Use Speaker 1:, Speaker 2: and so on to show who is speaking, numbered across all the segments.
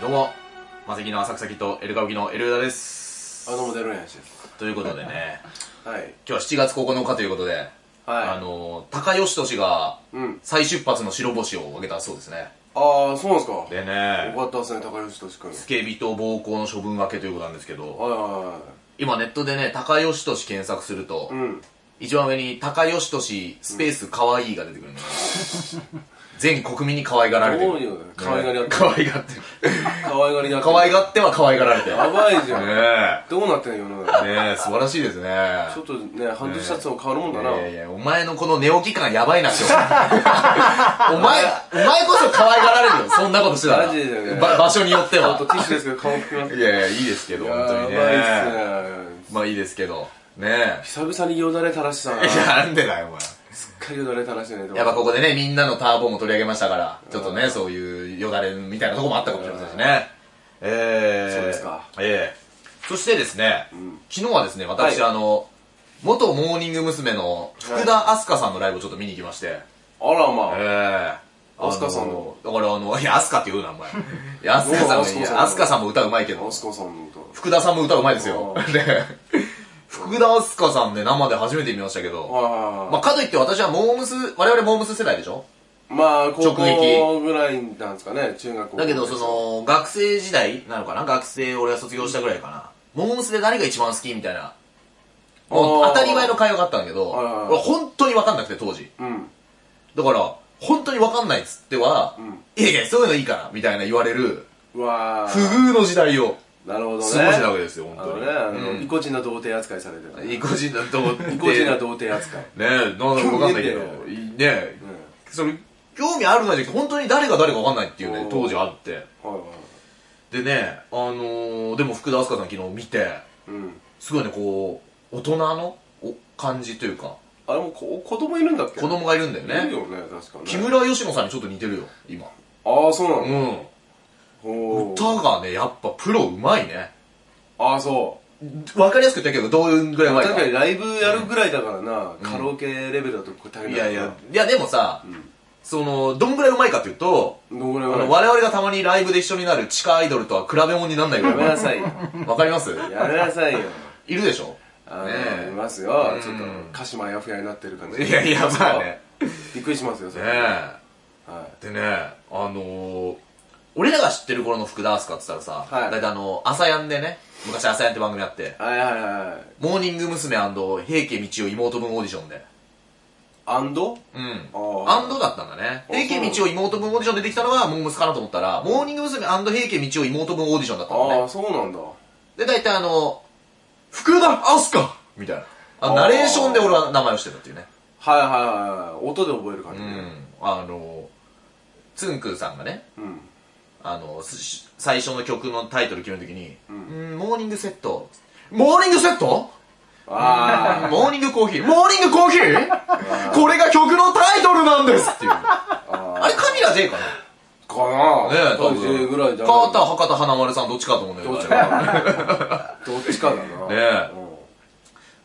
Speaker 1: どうも、マセキの浅草キとエルカブキのエルダです。
Speaker 2: あのモデルのやつです。
Speaker 1: ということでね、
Speaker 2: はい。
Speaker 1: 今日は7月9日ということで、
Speaker 2: はい。
Speaker 1: あの、高吉俊が
Speaker 2: うん。
Speaker 1: 再出発の白星を挙げたそうですね。
Speaker 2: ああ、そうなんすか。よ
Speaker 1: でね、
Speaker 2: かったですね、高吉俊君。はい
Speaker 1: 付け人暴行の処分分けということなんですけど、
Speaker 2: は
Speaker 1: 今ネットでね、高吉俊検索すると、
Speaker 2: いはい。うん。
Speaker 1: 一番上に高吉俊スペース可愛いが出てくるのよ 全国民に可愛がられてる。
Speaker 2: どういうの可愛がりあって
Speaker 1: 可愛がってる。
Speaker 2: 可愛がり だ
Speaker 1: 可愛
Speaker 2: が
Speaker 1: がっては可愛がられて る。
Speaker 2: やばいじゃん。
Speaker 1: ね
Speaker 2: どうなってんの世の
Speaker 1: え。
Speaker 2: 中。
Speaker 1: ねえ、素晴らしいですね。
Speaker 2: ちょっとね、半年経つの変わるもんだな。
Speaker 1: いやいや、お前のこの寝起き感やばいな、今 日。お前、お前こそ可愛がられるよ、そんなことしてたら。
Speaker 2: マジでね
Speaker 1: ば場所によって
Speaker 2: ちょ
Speaker 1: は
Speaker 2: っと。ティッシュですけど、顔拭きます。
Speaker 1: いやいや、いいですけど、本当にね。
Speaker 2: やばいっすね。
Speaker 1: まあいいですけど、ね
Speaker 2: 久々によだれ垂らしたな。
Speaker 1: え。い
Speaker 2: し
Speaker 1: や、なんでだよ、お前。
Speaker 2: っかりよだれ垂らしてないと。
Speaker 1: やっぱここでね、みんなのターボも取り上げましたから、ちょっとね、そういうよだれみたいなとこもあったかもしれませんしね。ええ。
Speaker 2: そうですか
Speaker 1: ええ。そしてですね、
Speaker 2: ん
Speaker 1: 昨日はですね、私、
Speaker 2: は
Speaker 1: あの、元モーニング娘。の福田明日香さんのライブをちょっと見に行きまして。
Speaker 2: あらまあ。
Speaker 1: ええ
Speaker 2: アスカさんの
Speaker 1: あのだからあの、いや、アスカって言うな、お 前。いや、アスカさんもいい
Speaker 2: おうアスカさん
Speaker 1: や、アスカさんも歌うまいけ
Speaker 2: オ
Speaker 1: ど、
Speaker 2: スコさんと。
Speaker 1: 福田さんも歌うまいですよ
Speaker 2: お。う
Speaker 1: で、福田アスカさんで生で初めて見ましたけど、
Speaker 2: はい
Speaker 1: まあ、かといって私はモームス、我々モームス世代でしょ
Speaker 2: まあ、高
Speaker 1: 直
Speaker 2: 校ぐらいなんですかね、中学校。
Speaker 1: だけど、そ、の、学生時代なのかな学生、俺は卒業したぐらいかな。モームスで誰が一番好きみたいな。もう
Speaker 2: あー
Speaker 1: 当たり前の会話があったんだけど、
Speaker 2: はいはいはい
Speaker 1: 俺本当にわかんなくて、当時。
Speaker 2: うん。
Speaker 1: だから、本当にわかんないっつっては、
Speaker 2: ん
Speaker 1: いやいや、そういうのいいから、みたいな言われる、
Speaker 2: うわ
Speaker 1: 不
Speaker 2: ー。
Speaker 1: 遇の時代を
Speaker 2: なるほど
Speaker 1: 過
Speaker 2: ね。
Speaker 1: ごしてたわけですよ、
Speaker 2: あ
Speaker 1: 本
Speaker 2: のね、あ
Speaker 1: 当に
Speaker 2: の、
Speaker 1: うん
Speaker 2: 意固地な童貞扱いされてる。
Speaker 1: 意固地だと思って。
Speaker 2: 意固地な童貞扱い。
Speaker 1: ねえ、なんだかわかんないけど、
Speaker 2: 興
Speaker 1: いいねえ
Speaker 2: うん。
Speaker 1: それ、興味あるなじゃなくて、本当に誰が誰かわかんないっていうね
Speaker 2: お、ー
Speaker 1: 当時あって。
Speaker 2: はいはい。
Speaker 1: でね、あのー、でも福田明日香さん昨日見て、
Speaker 2: うん。
Speaker 1: すごいね、こう、大人のお感じというか、
Speaker 2: あれもこ子供いるんだっけ
Speaker 1: 子供がいるんだよ
Speaker 2: いる
Speaker 1: ね。
Speaker 2: よね、確かね。
Speaker 1: 木村佳乃さんにちょっと似てるよ、今。
Speaker 2: ああ、そうなの、
Speaker 1: う
Speaker 2: ほ
Speaker 1: ん。
Speaker 2: う
Speaker 1: 歌がね、やっぱプロうまいね。
Speaker 2: ああ、そ。
Speaker 1: わかりやすく言ったけど、どういうぐらいうまい
Speaker 2: 確
Speaker 1: か
Speaker 2: か。にライブやるぐらいだからな、カラオケレベルだとこれ大変
Speaker 1: い
Speaker 2: だか
Speaker 1: や
Speaker 2: ら
Speaker 1: いや、いやでもさ、その、どんぐらいうまいかっていうと、
Speaker 2: どのぐらい
Speaker 1: あの、
Speaker 2: ま
Speaker 1: 我々がたまにライブで一緒になる地下アイドルとは比べ物になんないぐ
Speaker 2: でやめ
Speaker 1: ら。
Speaker 2: ないさいよ。
Speaker 1: わかります
Speaker 2: やめなさ いよ。
Speaker 1: いるでしょ
Speaker 2: あ
Speaker 1: ね
Speaker 2: の、
Speaker 1: え
Speaker 2: いますよ
Speaker 1: うん。
Speaker 2: ちょっと、鹿島あやふやになってる感じ。
Speaker 1: いやいや、まあね。。
Speaker 2: びっくりしますよ、そ
Speaker 1: ね
Speaker 2: れ。
Speaker 1: え。
Speaker 2: は
Speaker 1: でね、あのー、俺らが知ってる頃の福田明日香って言ったら
Speaker 2: は
Speaker 1: さ、
Speaker 2: い
Speaker 1: だいたいあの、朝やんでね、昔朝やんって番組あって
Speaker 2: い。、はいはいはい。
Speaker 1: モーニング娘。平家道を妹分オーディションで。
Speaker 2: アンド
Speaker 1: うん。
Speaker 2: あ
Speaker 1: アンドだったんだね。
Speaker 2: あ
Speaker 1: 平家道を妹分オーディションでできたのは、モームスかなと思ったら、モーニング娘。平家道を妹分オーディションだったのね
Speaker 2: あ。あ、そうなんだ。
Speaker 1: で、大体あの、福田明日香みたいな。あの
Speaker 2: あー
Speaker 1: ナレーションで俺は名前をしてたっていうね。
Speaker 2: はいはいはいはい。音で覚える感
Speaker 1: う
Speaker 2: じね。
Speaker 1: ん。あの、つんくーさんがね、
Speaker 2: うん。
Speaker 1: あの、す最初の曲のタイトル決めるときに、うんん、モーニングセット。モーニングセット
Speaker 2: あ
Speaker 1: モーニングコーヒー。モーニングコーヒーこれが曲のタイトルなんですっていう。
Speaker 2: ーあ
Speaker 1: あれ、カミラ J かな
Speaker 2: ーかな
Speaker 1: ねえ、多
Speaker 2: 50
Speaker 1: 分。
Speaker 2: ぐらいだ
Speaker 1: 川田、博多、花丸さん、どっちかと思うんだけど。
Speaker 2: どっち
Speaker 1: あれ
Speaker 2: か。どっちかだな。
Speaker 1: ねえ
Speaker 2: うん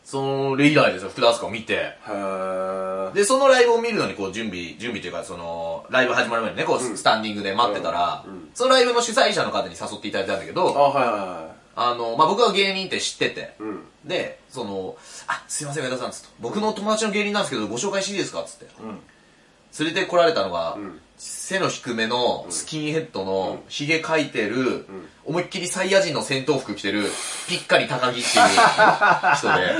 Speaker 1: それ以来ですよ、福田明日香を見て。
Speaker 2: へー
Speaker 1: で、そのライブを見るのに、こう、準備、準備というか、その、ライブ始まる前にね、こう、スタンディングで待ってたら、そのライブの主催者の方に誘っていただいたんだけ
Speaker 2: あ、
Speaker 1: ど、
Speaker 2: はいはいは
Speaker 1: あの、まあ、僕は芸人って知ってて、
Speaker 2: い。うん。
Speaker 1: で、その、あ、すいません、上田さん、つって、僕の友達の芸人なんですけど、ご紹介していいですかつって、
Speaker 2: ん
Speaker 1: 連れて来られたのが、
Speaker 2: ん
Speaker 1: 背の低めのスキンヘッドの、ひげ描いてる、思いっきりサイヤ人の戦闘服着てる、ピッカリ高木っていう 人で、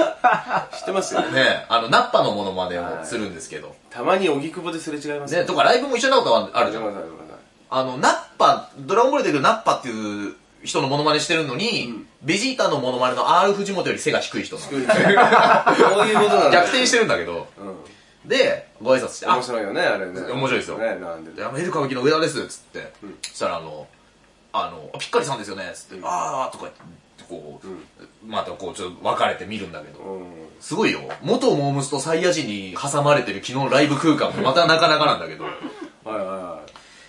Speaker 2: 知ってますよ。
Speaker 1: ね、あの、ナッパのモノマネをするんですけど、
Speaker 2: たまに荻窪ですれ違います
Speaker 1: ね、とかライブも一緒になったことあるじゃ
Speaker 2: ごめん
Speaker 1: ん。
Speaker 2: なさいごめんなさい。
Speaker 1: あの、ナッパ、ドラゴンボールで出てくるナッパっていう人のモノマネしてるのに、ベジータのモノマネの R 藤本より背が低い人なの
Speaker 2: こういう ことなんだ。
Speaker 1: 逆転してるんだけど、
Speaker 2: うん。
Speaker 1: で、ご挨拶して、あ、
Speaker 2: 面白いよね、あれね。
Speaker 1: 面白いですよ
Speaker 2: ね、なんで。
Speaker 1: やめる歌舞伎の上田ですっつって、そしたらあの、あの、あピッカリさんですよねっつって、あーとか言って、こう、またこう、ちょっと別れて見るんだけど、
Speaker 2: うん。
Speaker 1: すごいよ。元モームスとサイヤ人に挟まれてる昨日ライブ空間もまたなかなかなんだけど。
Speaker 2: はいはいは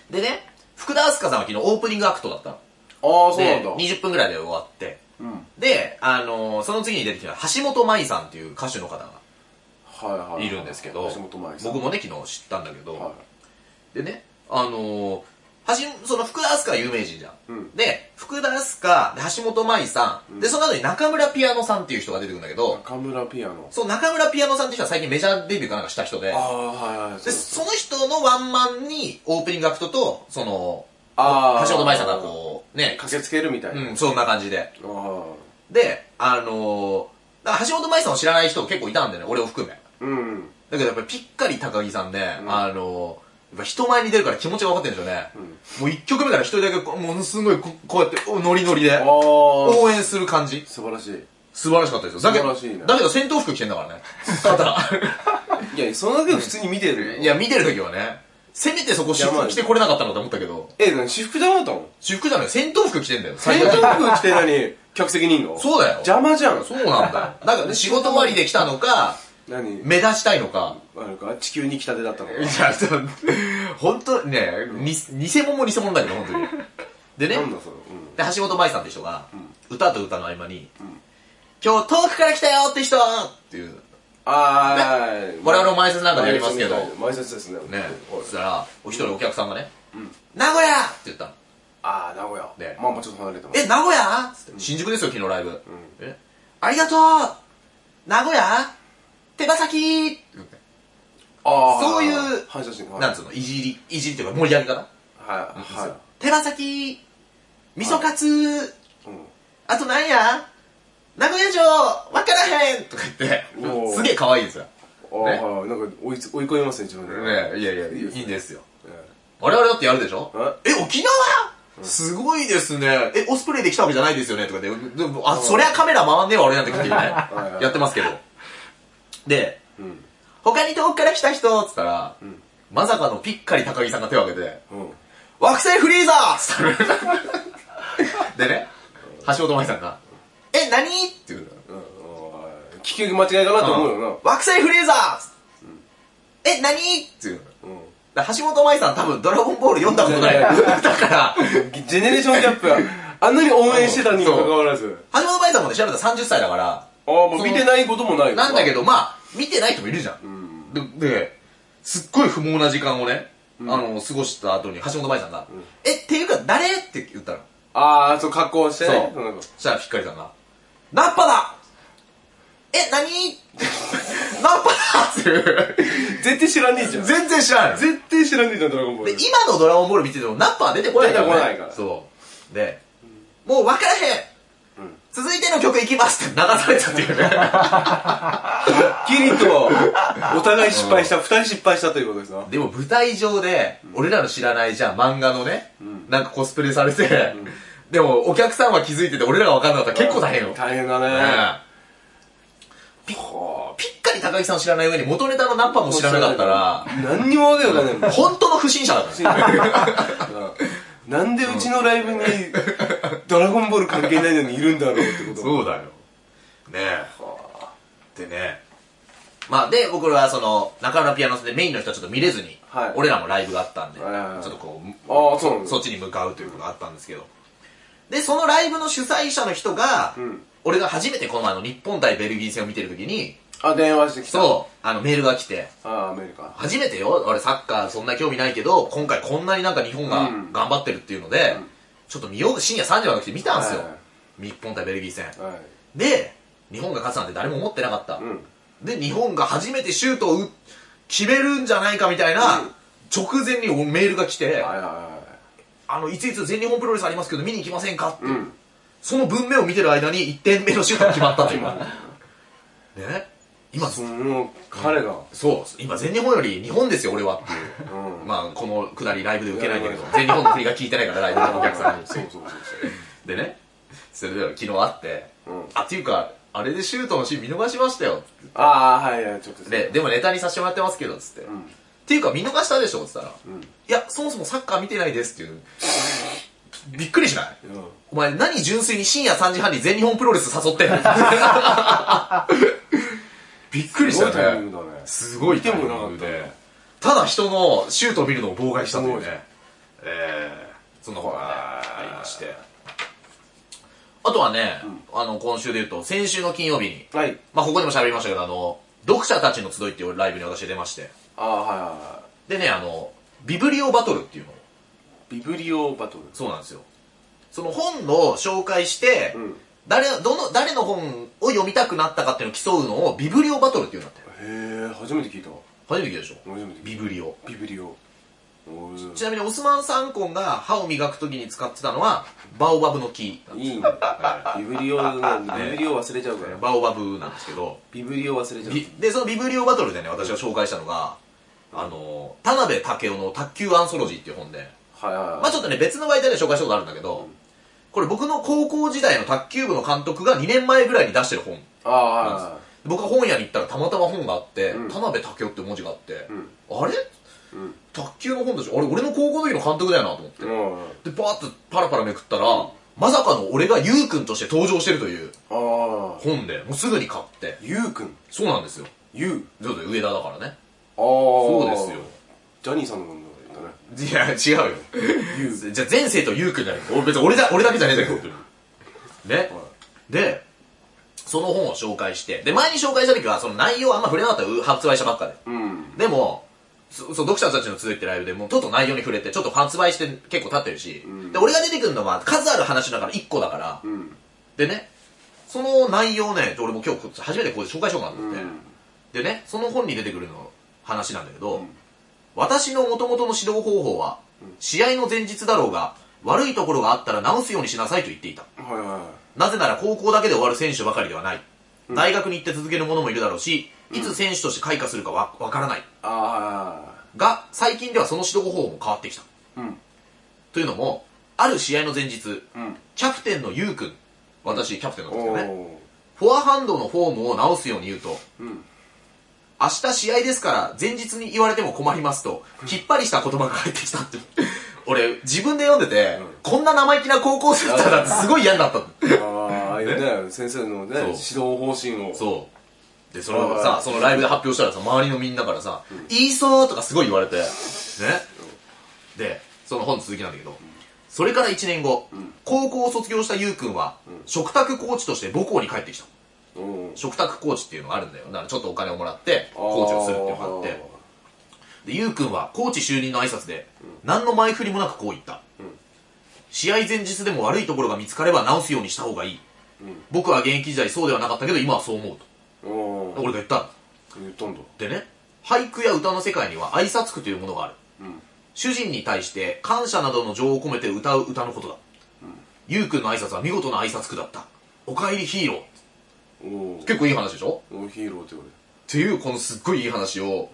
Speaker 2: い。
Speaker 1: でね、福田明日香さんは昨日オープニングアクトだったの。
Speaker 2: ああ、そうな
Speaker 1: で
Speaker 2: んだ。
Speaker 1: 20分ぐらいで終わって。
Speaker 2: うん。
Speaker 1: で、あのーその次に出てきたのは橋本舞さんっていう歌手の方が
Speaker 2: はいはいはい。
Speaker 1: いるんですけど
Speaker 2: 橋本舞、さん。
Speaker 1: 僕もね、昨日知ったんだけど、
Speaker 2: は
Speaker 1: でね、あのー橋その福田明日香は有名人じゃん。
Speaker 2: うん
Speaker 1: で、福田明日香、で橋本舞さん、で、その後に中村ピアノさんっていう人が出てくるんだけど、
Speaker 2: 中村ピアノ
Speaker 1: その中村ピアノさんっていう人は最近メジャーデビューかなんかした人で
Speaker 2: あ、あはいはい
Speaker 1: で、
Speaker 2: そ
Speaker 1: そ
Speaker 2: う
Speaker 1: の人のワンマンにオープニングアクトと、その、
Speaker 2: あー
Speaker 1: 橋本舞さんがこう、ね、
Speaker 2: 駆けつけるみたいな、
Speaker 1: うん、そんな感じで。
Speaker 2: ああ
Speaker 1: で、あのー、だから橋本舞さんを知らない人結構いたんだよね、俺を含め。
Speaker 2: うん
Speaker 1: だけどやっぱりぴっかり高木さんね、
Speaker 2: うん
Speaker 1: あのやっぱ人前に出るから気持ちが分かってるんでしょうね、もう一曲目から一人だけこうものすごいここうやっておノリノリで
Speaker 2: ああ
Speaker 1: 応援する感じ
Speaker 2: 素晴らしい
Speaker 1: 素晴らしかったですよだけど
Speaker 2: 素晴らしいね
Speaker 1: だけど戦闘服着てんだからね肩
Speaker 2: いやそのだけ普通に見てるよ
Speaker 1: いや見てる時はねせめてそこ私
Speaker 2: いやま
Speaker 1: 服
Speaker 2: あ
Speaker 1: 着てこれなかったのと思ったけど
Speaker 2: え何私服じゃなかったの
Speaker 1: 私服じゃない戦闘服着てんだよ
Speaker 2: 戦闘服着 て何客席にいんの
Speaker 1: そうだよ
Speaker 2: 邪魔じゃん
Speaker 1: そうなんだよだ から、ね、仕事終わりで来たのか
Speaker 2: 何
Speaker 1: 目立ちたいの か
Speaker 2: あれか地球に来たてだったのか
Speaker 1: いや、そう本当ね、に偽物も偽物だけど、本当に。でね、
Speaker 2: なんだそれ
Speaker 1: で橋本舞さんって人が、歌と歌の合間に、今日遠くから来たよって人っていう、
Speaker 2: ああ
Speaker 1: 我々も前説なんかでやりますけど、ね、
Speaker 2: 前説ですね
Speaker 1: そしたら、お一人お客さんがね、名古屋って言ったの。
Speaker 2: ああ名古屋
Speaker 1: ね
Speaker 2: まあまあちょっと離れてます
Speaker 1: え、名古屋つって新宿ですよ、昨日ライブ。えありがとう名古屋手羽先
Speaker 2: ああ
Speaker 1: そういう
Speaker 2: 反射神経
Speaker 1: なんつうの、いじり、いじりというか盛り上げ方
Speaker 2: はいは
Speaker 1: 手羽先味噌カツ
Speaker 2: いうん
Speaker 1: あとなんや名古屋城わからへんとか言っ
Speaker 2: お
Speaker 1: て、
Speaker 2: ー
Speaker 1: すげえ可愛いんですよ。
Speaker 2: ああはいなんか追いつ追い込みますね自分で
Speaker 1: ねえ、いやいや、い
Speaker 2: いです
Speaker 1: いんですよ。
Speaker 2: え
Speaker 1: 我々だってやるでしょ
Speaker 2: え
Speaker 1: え、沖縄すごいですね。え、オスプレイで来たわけじゃないですよねとかで、でもあ、そりゃカメラ回んねえわ、俺なんて来てね。
Speaker 2: い はい
Speaker 1: やってますけ ど。で、
Speaker 2: うん
Speaker 1: 他に遠くから来た人っつったら
Speaker 2: ん、
Speaker 1: まさかのピッカリ高木さんが手を挙げて、
Speaker 2: うん
Speaker 1: 惑星フリーザーつった のでね、橋本舞さんが、え、何って言うの
Speaker 2: うんうん聞き間違いかなと思うよ
Speaker 1: 惑星フリーザー、え、何っていうの。
Speaker 2: なうん
Speaker 1: だから橋本舞さん多分ドラゴンボール読んだことない。だから、
Speaker 2: ジェネレーションギャップや。あんなに応援してたにもかかわらず。
Speaker 1: 橋本舞さんもね、調べたら30歳だから、
Speaker 2: ああ、もう見てないこともない
Speaker 1: なんだけ
Speaker 2: ど。
Speaker 1: ど、まあ、見てない人もいるじゃん。でで、すっごい不毛な時間をね、あの、過ごした後に橋本舞さんが、え、っていうか誰って言ったの。
Speaker 2: ああ、そう、格好してね。
Speaker 1: そう
Speaker 2: なんか
Speaker 1: したらひっかりさんが、ナッパだえ、何 ナッパだっていう。
Speaker 2: 絶対知らねえじゃん。
Speaker 1: 全然知らないの。
Speaker 2: 絶対知らねえじゃん、ドラゴンボー
Speaker 1: で、
Speaker 2: ル。
Speaker 1: 今のドラゴンボール見ててもナッパは出てこないから、ね。
Speaker 2: 出てこないから
Speaker 1: そう。で、もう分からへん、続いての曲いきますって流 されたっていうね。
Speaker 2: キリと、 お互い失敗した、二人失敗したということですな。
Speaker 1: でも舞台上で、俺らの知らないじゃあ漫画のね、なんかコスプレされて、でもお客さんは気づいてて俺らが分かんなかったら結構大変よ。
Speaker 2: 大変だね。
Speaker 1: ねピッピッカリ高木さんを知らない上に元ネタのナッパも知らなかったら、
Speaker 2: 何にもわけわか んないも ん。
Speaker 1: 本当の不審者だから。
Speaker 2: なんでうちのライブに、ドラゴンボール関係ないのにいるんだろうってこと。
Speaker 1: そうだよ。ねえ。でね。まあ、で、僕らはその、中村ピアノスでメインの人はちょっと見れずに、
Speaker 2: はい
Speaker 1: 俺らもライブがあったんで、ち
Speaker 2: はいはいは
Speaker 1: ょ
Speaker 2: い
Speaker 1: っとこう、
Speaker 2: ああ、そうなんだ
Speaker 1: そっちに向かうということがあったんですけど。で、そのライブの主催者の人が、
Speaker 2: ん
Speaker 1: 俺が初めてこの前の日本対ベルギー戦を見てるときに、
Speaker 2: あ、電話してきた。
Speaker 1: そう、あのメールが来て、
Speaker 2: う。ああ、アメリカ。
Speaker 1: 初めてよ俺サッカーそんな興味ないけど今回こんなになんか日本が
Speaker 2: うん
Speaker 1: 頑張ってるっていうので、ちょっと見よう深夜3時まで来て見たんですよ、
Speaker 2: はいは
Speaker 1: 日本対ベルギー戦
Speaker 2: はい。
Speaker 1: で日本が勝つなんて誰も思ってなかった、
Speaker 2: うん。
Speaker 1: で日本が初めてシュートを打決めるんじゃないかみたいな、直前にメールが来て、
Speaker 2: はいはいはい。
Speaker 1: あのいついつ全日本プロレスありますけど見に行きませんかって、
Speaker 2: うん。
Speaker 1: その文面を見てる間に1点目のシュートが決まった というね今
Speaker 2: その、彼が。
Speaker 1: そう今全日本より日本ですよ俺はっていう
Speaker 2: うん。
Speaker 1: まあ、このくだりライブで受けないんだけど
Speaker 2: いや、
Speaker 1: 全日本の振りが聞いてないから、ライブのお客さんに。
Speaker 2: そうそうそう
Speaker 1: でね、それでは昨日会って、
Speaker 2: うん
Speaker 1: あ、っていうか、あれでシュートのシーン見逃しましたよ。
Speaker 2: ああはいはいちょっと
Speaker 1: で、でもネタにさせてもらってますけど、つって。
Speaker 2: ん
Speaker 1: っていうか、見逃したでしょつったら、いや、そもそもサッカー見てないですっていう。びっくりしない
Speaker 2: うん
Speaker 1: お前何純粋に深夜3時半に全日本プロレス誘ってんの びっくりし
Speaker 2: すごい
Speaker 1: た
Speaker 2: タイ
Speaker 1: よ
Speaker 2: ミ
Speaker 1: ね。
Speaker 2: ングだね
Speaker 1: すごい
Speaker 2: 見てもな
Speaker 1: タイミ
Speaker 2: かっ
Speaker 1: ング
Speaker 2: た
Speaker 1: でただ人のシュートを見るのを妨害したという
Speaker 2: すごい
Speaker 1: ねえー、そんなことがね
Speaker 2: は
Speaker 1: あ
Speaker 2: い
Speaker 1: りましてあとはね、あの今週で言うと先週の金曜日に、
Speaker 2: はい
Speaker 1: まあ、ここでも喋りましたけどあの読者たちの集いっていうライブに私出まして
Speaker 2: ああはいはいはい
Speaker 1: でねあのビブリオバトルっていうのを
Speaker 2: ビブリオバトル。
Speaker 1: そうなんですよ。その本の紹介して、
Speaker 2: うん
Speaker 1: 誰、どの、誰の本を読みたくなったかっていうのを競うのをビブリオバトルっていうんだって。
Speaker 2: へえ、初めて聞いたわ。
Speaker 1: 初めて聞いたでしょ
Speaker 2: 初めて聞い
Speaker 1: ビブリオ。
Speaker 2: た。ビブリオ。おー
Speaker 1: ちなみにオスマン・サンコンが歯を磨くときに使ってたのは、バオバブの木。
Speaker 2: いいね。ビブリオなんで、ビブリオ忘れちゃうから。
Speaker 1: バオバブなんですけど、
Speaker 2: ビブリオ忘れちゃう。
Speaker 1: びで、そのビブリオバトルでね、私が紹介したのが、あの、田辺武雄の卓球アンソロジーっていう本で、
Speaker 2: はいはいはい。
Speaker 1: まあちょっとね、別の媒体で紹介したことあるんだけど、これ僕の高校時代の卓球部の監督が2年前ぐらいに出してる本。
Speaker 2: ああ、はいはいはい
Speaker 1: 僕は本屋に行ったらたまたま本があって、
Speaker 2: ん
Speaker 1: 田辺武雄って文字があって、
Speaker 2: ん
Speaker 1: あれ
Speaker 2: うん。
Speaker 1: 卓球の本だし、あれ俺の高校の時の監督だよなと思って。
Speaker 2: うん。
Speaker 1: で、バーッとパラパラめくったら、まさかの俺がゆうくんとして登場してるという
Speaker 2: ああ。
Speaker 1: 本で、もうすぐに買って。
Speaker 2: ゆうくん。
Speaker 1: そうなんですよ。
Speaker 2: ゆう。
Speaker 1: ちょっと上田だからね。
Speaker 2: ああ。そ
Speaker 1: そうですよ。。
Speaker 2: ジャニーさんのもんだね。
Speaker 1: いや、違うよ。
Speaker 2: ゆう。
Speaker 1: じゃあ前世とゆうくんじゃない俺別に俺だ俺だけじゃねえんだけど。ね。で、その本を紹介して、で、前に紹介した時は、その内容あんま触れなかったよ発売したばっかで。
Speaker 2: うん。
Speaker 1: でも、そそう、読者たちの続いてライブでもう、ちょっと内容に触れて、ちょっと発売して結構経ってるし、で、俺が出てくるのは数ある話だから1個だから、
Speaker 2: うん。
Speaker 1: でね、その内容をね、俺も今日初めてここで紹介しようかなと思って、でね、その本に出てくるの話なんだけど、私の元々の指導方法は、試合の前日だろうが、悪いところがあったら直すようにしなさいと言っていた。
Speaker 2: はいはいは
Speaker 1: なぜなら高校だけで終わる選手ばかりではない。大学に行って続ける者もいるだろうし、いつ選手として開花するかわわからない。
Speaker 2: い。あ
Speaker 1: が、最近ではその指導方法も変わってきた。
Speaker 2: あ。うん。
Speaker 1: というのも、ある試合の前日、
Speaker 2: うん。
Speaker 1: キャプテンのゆうくん、私キャプテンなんです
Speaker 2: お
Speaker 1: よ
Speaker 2: お
Speaker 1: ね、。フォアハンドのフォームを直すように言うと、
Speaker 2: うん。
Speaker 1: 明日試合ですから前日に言われても困りますと、きっぱりした言葉が返ってきたって。 俺、自分で読んでて、こんな生意気な高校生だったらすごい嫌になったの。
Speaker 2: ああ、ああいうね、先生の
Speaker 1: う
Speaker 2: ね、指導方針を。
Speaker 1: そう。で、その
Speaker 2: は
Speaker 1: さ、
Speaker 2: い
Speaker 1: そのライブで発表したらさ、周りのみんなからさ、言いそうとかすごい言われて、ね。で、その本の続きなんだけど、それから1年後、高校を卒業したゆうくんは、食卓コーチとして母校に帰ってきた。
Speaker 2: う。うん。
Speaker 1: 食卓コーチっていうのがあるんだよ。だからちょっとお金をもらって、コーチをするっていうのがあって。で、ゆうくんはコーチ就任の挨拶で、何の前振りもなくこう言った。試合前日でも悪いところが見つかれば直すようにした方がいい。僕は現役時代そうではなかったけど、今はそう思うと。
Speaker 2: ああ。おお。
Speaker 1: 俺が言った
Speaker 2: 言ったんだ。
Speaker 1: でね俳句や歌の世界には挨拶句というものがある、
Speaker 2: ん
Speaker 1: 主人に対して感謝などの情を込めて歌う歌のことだ、ゆうくんの挨拶は見事な挨拶句だったおかえりヒーロー
Speaker 2: おお。
Speaker 1: 結構いい話でしょ
Speaker 2: おヒーローってこ
Speaker 1: っていうこのすっごいいい話を、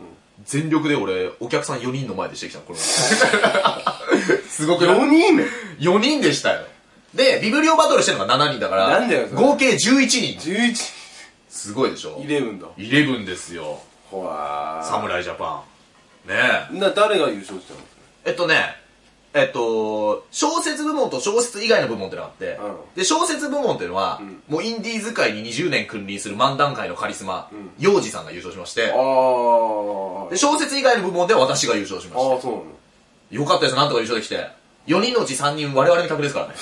Speaker 1: 全力で俺お客さん4人の前でしてきたのこれ すごく
Speaker 2: と。
Speaker 1: ない
Speaker 2: 4人目
Speaker 1: 4人でしたよでビブリオバトルしてるのが7人だから
Speaker 2: なんだよそれ
Speaker 1: 合計11人
Speaker 2: ?11、
Speaker 1: すごいでしょ
Speaker 2: イレブンだ。
Speaker 1: 11ですよ
Speaker 2: ほわー。
Speaker 1: 侍ジャパンねえ
Speaker 2: な、誰が優勝したの
Speaker 1: えっとね、えっと、小説部門と小説以外の部門ってのがあって、
Speaker 2: うん
Speaker 1: で、小説部門っていうのは、もうインディーズ界に20年君臨する漫談界のカリスマ、幼児さんが優勝しまして、
Speaker 2: ああ。
Speaker 1: で、小説以外の部門では私が優勝しまし
Speaker 2: ああ、そうなの。
Speaker 1: た。よかったです、なんとか優勝できて。4人のうち3人我々の客ですからね。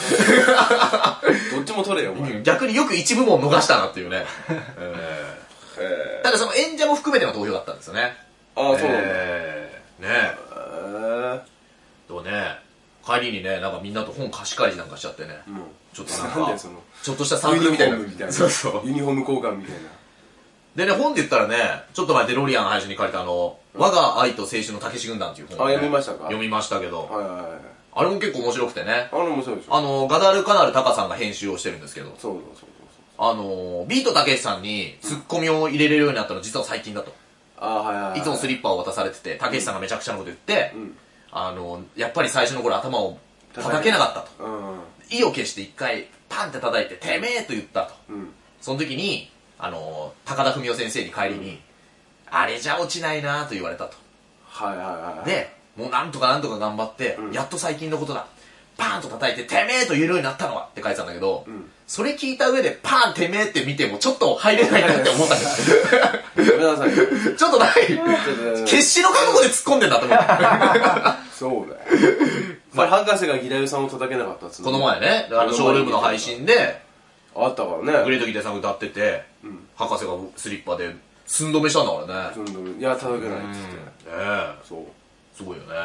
Speaker 2: どっちも取れよ、お前。へ
Speaker 1: 逆によく1部門逃したなっていう ね。
Speaker 2: え。
Speaker 1: ただその演者も含めての投票だったんですよね。
Speaker 2: ああ、そうなんだ。へ
Speaker 1: えーねえ。
Speaker 2: え。
Speaker 1: とね、帰りにね、なんかみんなと本貸し借りなんかしちゃってね。
Speaker 2: うん。
Speaker 1: ちょっとなん
Speaker 2: なんだ
Speaker 1: か
Speaker 2: よその、
Speaker 1: ちょっとしたサークルみたいな
Speaker 2: ユニフォームみたい。な。
Speaker 1: そうそう。
Speaker 2: ユニフォーム交換みたいな。
Speaker 1: でね、本で言ったらね、ちょっと前デロリアンの配信に借りたあの、我が愛と青春のたけし軍団っていう本をね
Speaker 2: あ読みましたか
Speaker 1: 読みましたけど、
Speaker 2: はいはいはい。
Speaker 1: あれも結構面白くてね。
Speaker 2: あれ面白いでしょ。
Speaker 1: あの、ガダルカナルタカさんが編集をしてるんですけど、
Speaker 2: そうそうそうそう。
Speaker 1: あの、ビートたけしさんにツッコミを入れれるようになったの実は最近だと。
Speaker 2: ああ、はいはいはい。
Speaker 1: いつもスリッパを渡されてて、たけしさんがめちゃくちゃなこと言って
Speaker 2: ん、
Speaker 1: あの、やっぱり最初の頃頭を叩けなかったと。
Speaker 2: うん。
Speaker 1: 意を決して一回パンって叩いて、てめえと言ったと。
Speaker 2: うん。
Speaker 1: その時に、あのー高田文夫先生に帰りに、あれじゃ落ちないなと言われたと。
Speaker 2: はいはいはい。、
Speaker 1: で、もうなんとかなんとか頑張って、やっと最近のことだ。パーンと叩いて、てめえと言えるようになったのはって書いてたんだけど、それ聞いた上で、パーンてめえって見ても、ちょっと入れないなって思ったんだ
Speaker 2: ごめんなさい。
Speaker 1: け ど、ちょっとない。決死の覚悟で突っ込んでんだと思った。
Speaker 2: そうだ よ。まあ、博士が平井さんを叩けなかったっつう
Speaker 1: この前ね、あの、ショールームの配。信で、
Speaker 2: あったから
Speaker 1: グ
Speaker 2: ね。
Speaker 1: レートギターさん歌ってて、博士がスリッパで寸止めしたんだからね。
Speaker 2: うんいや、叩けないっつって。
Speaker 1: ねえ
Speaker 2: そう。
Speaker 1: すごいよね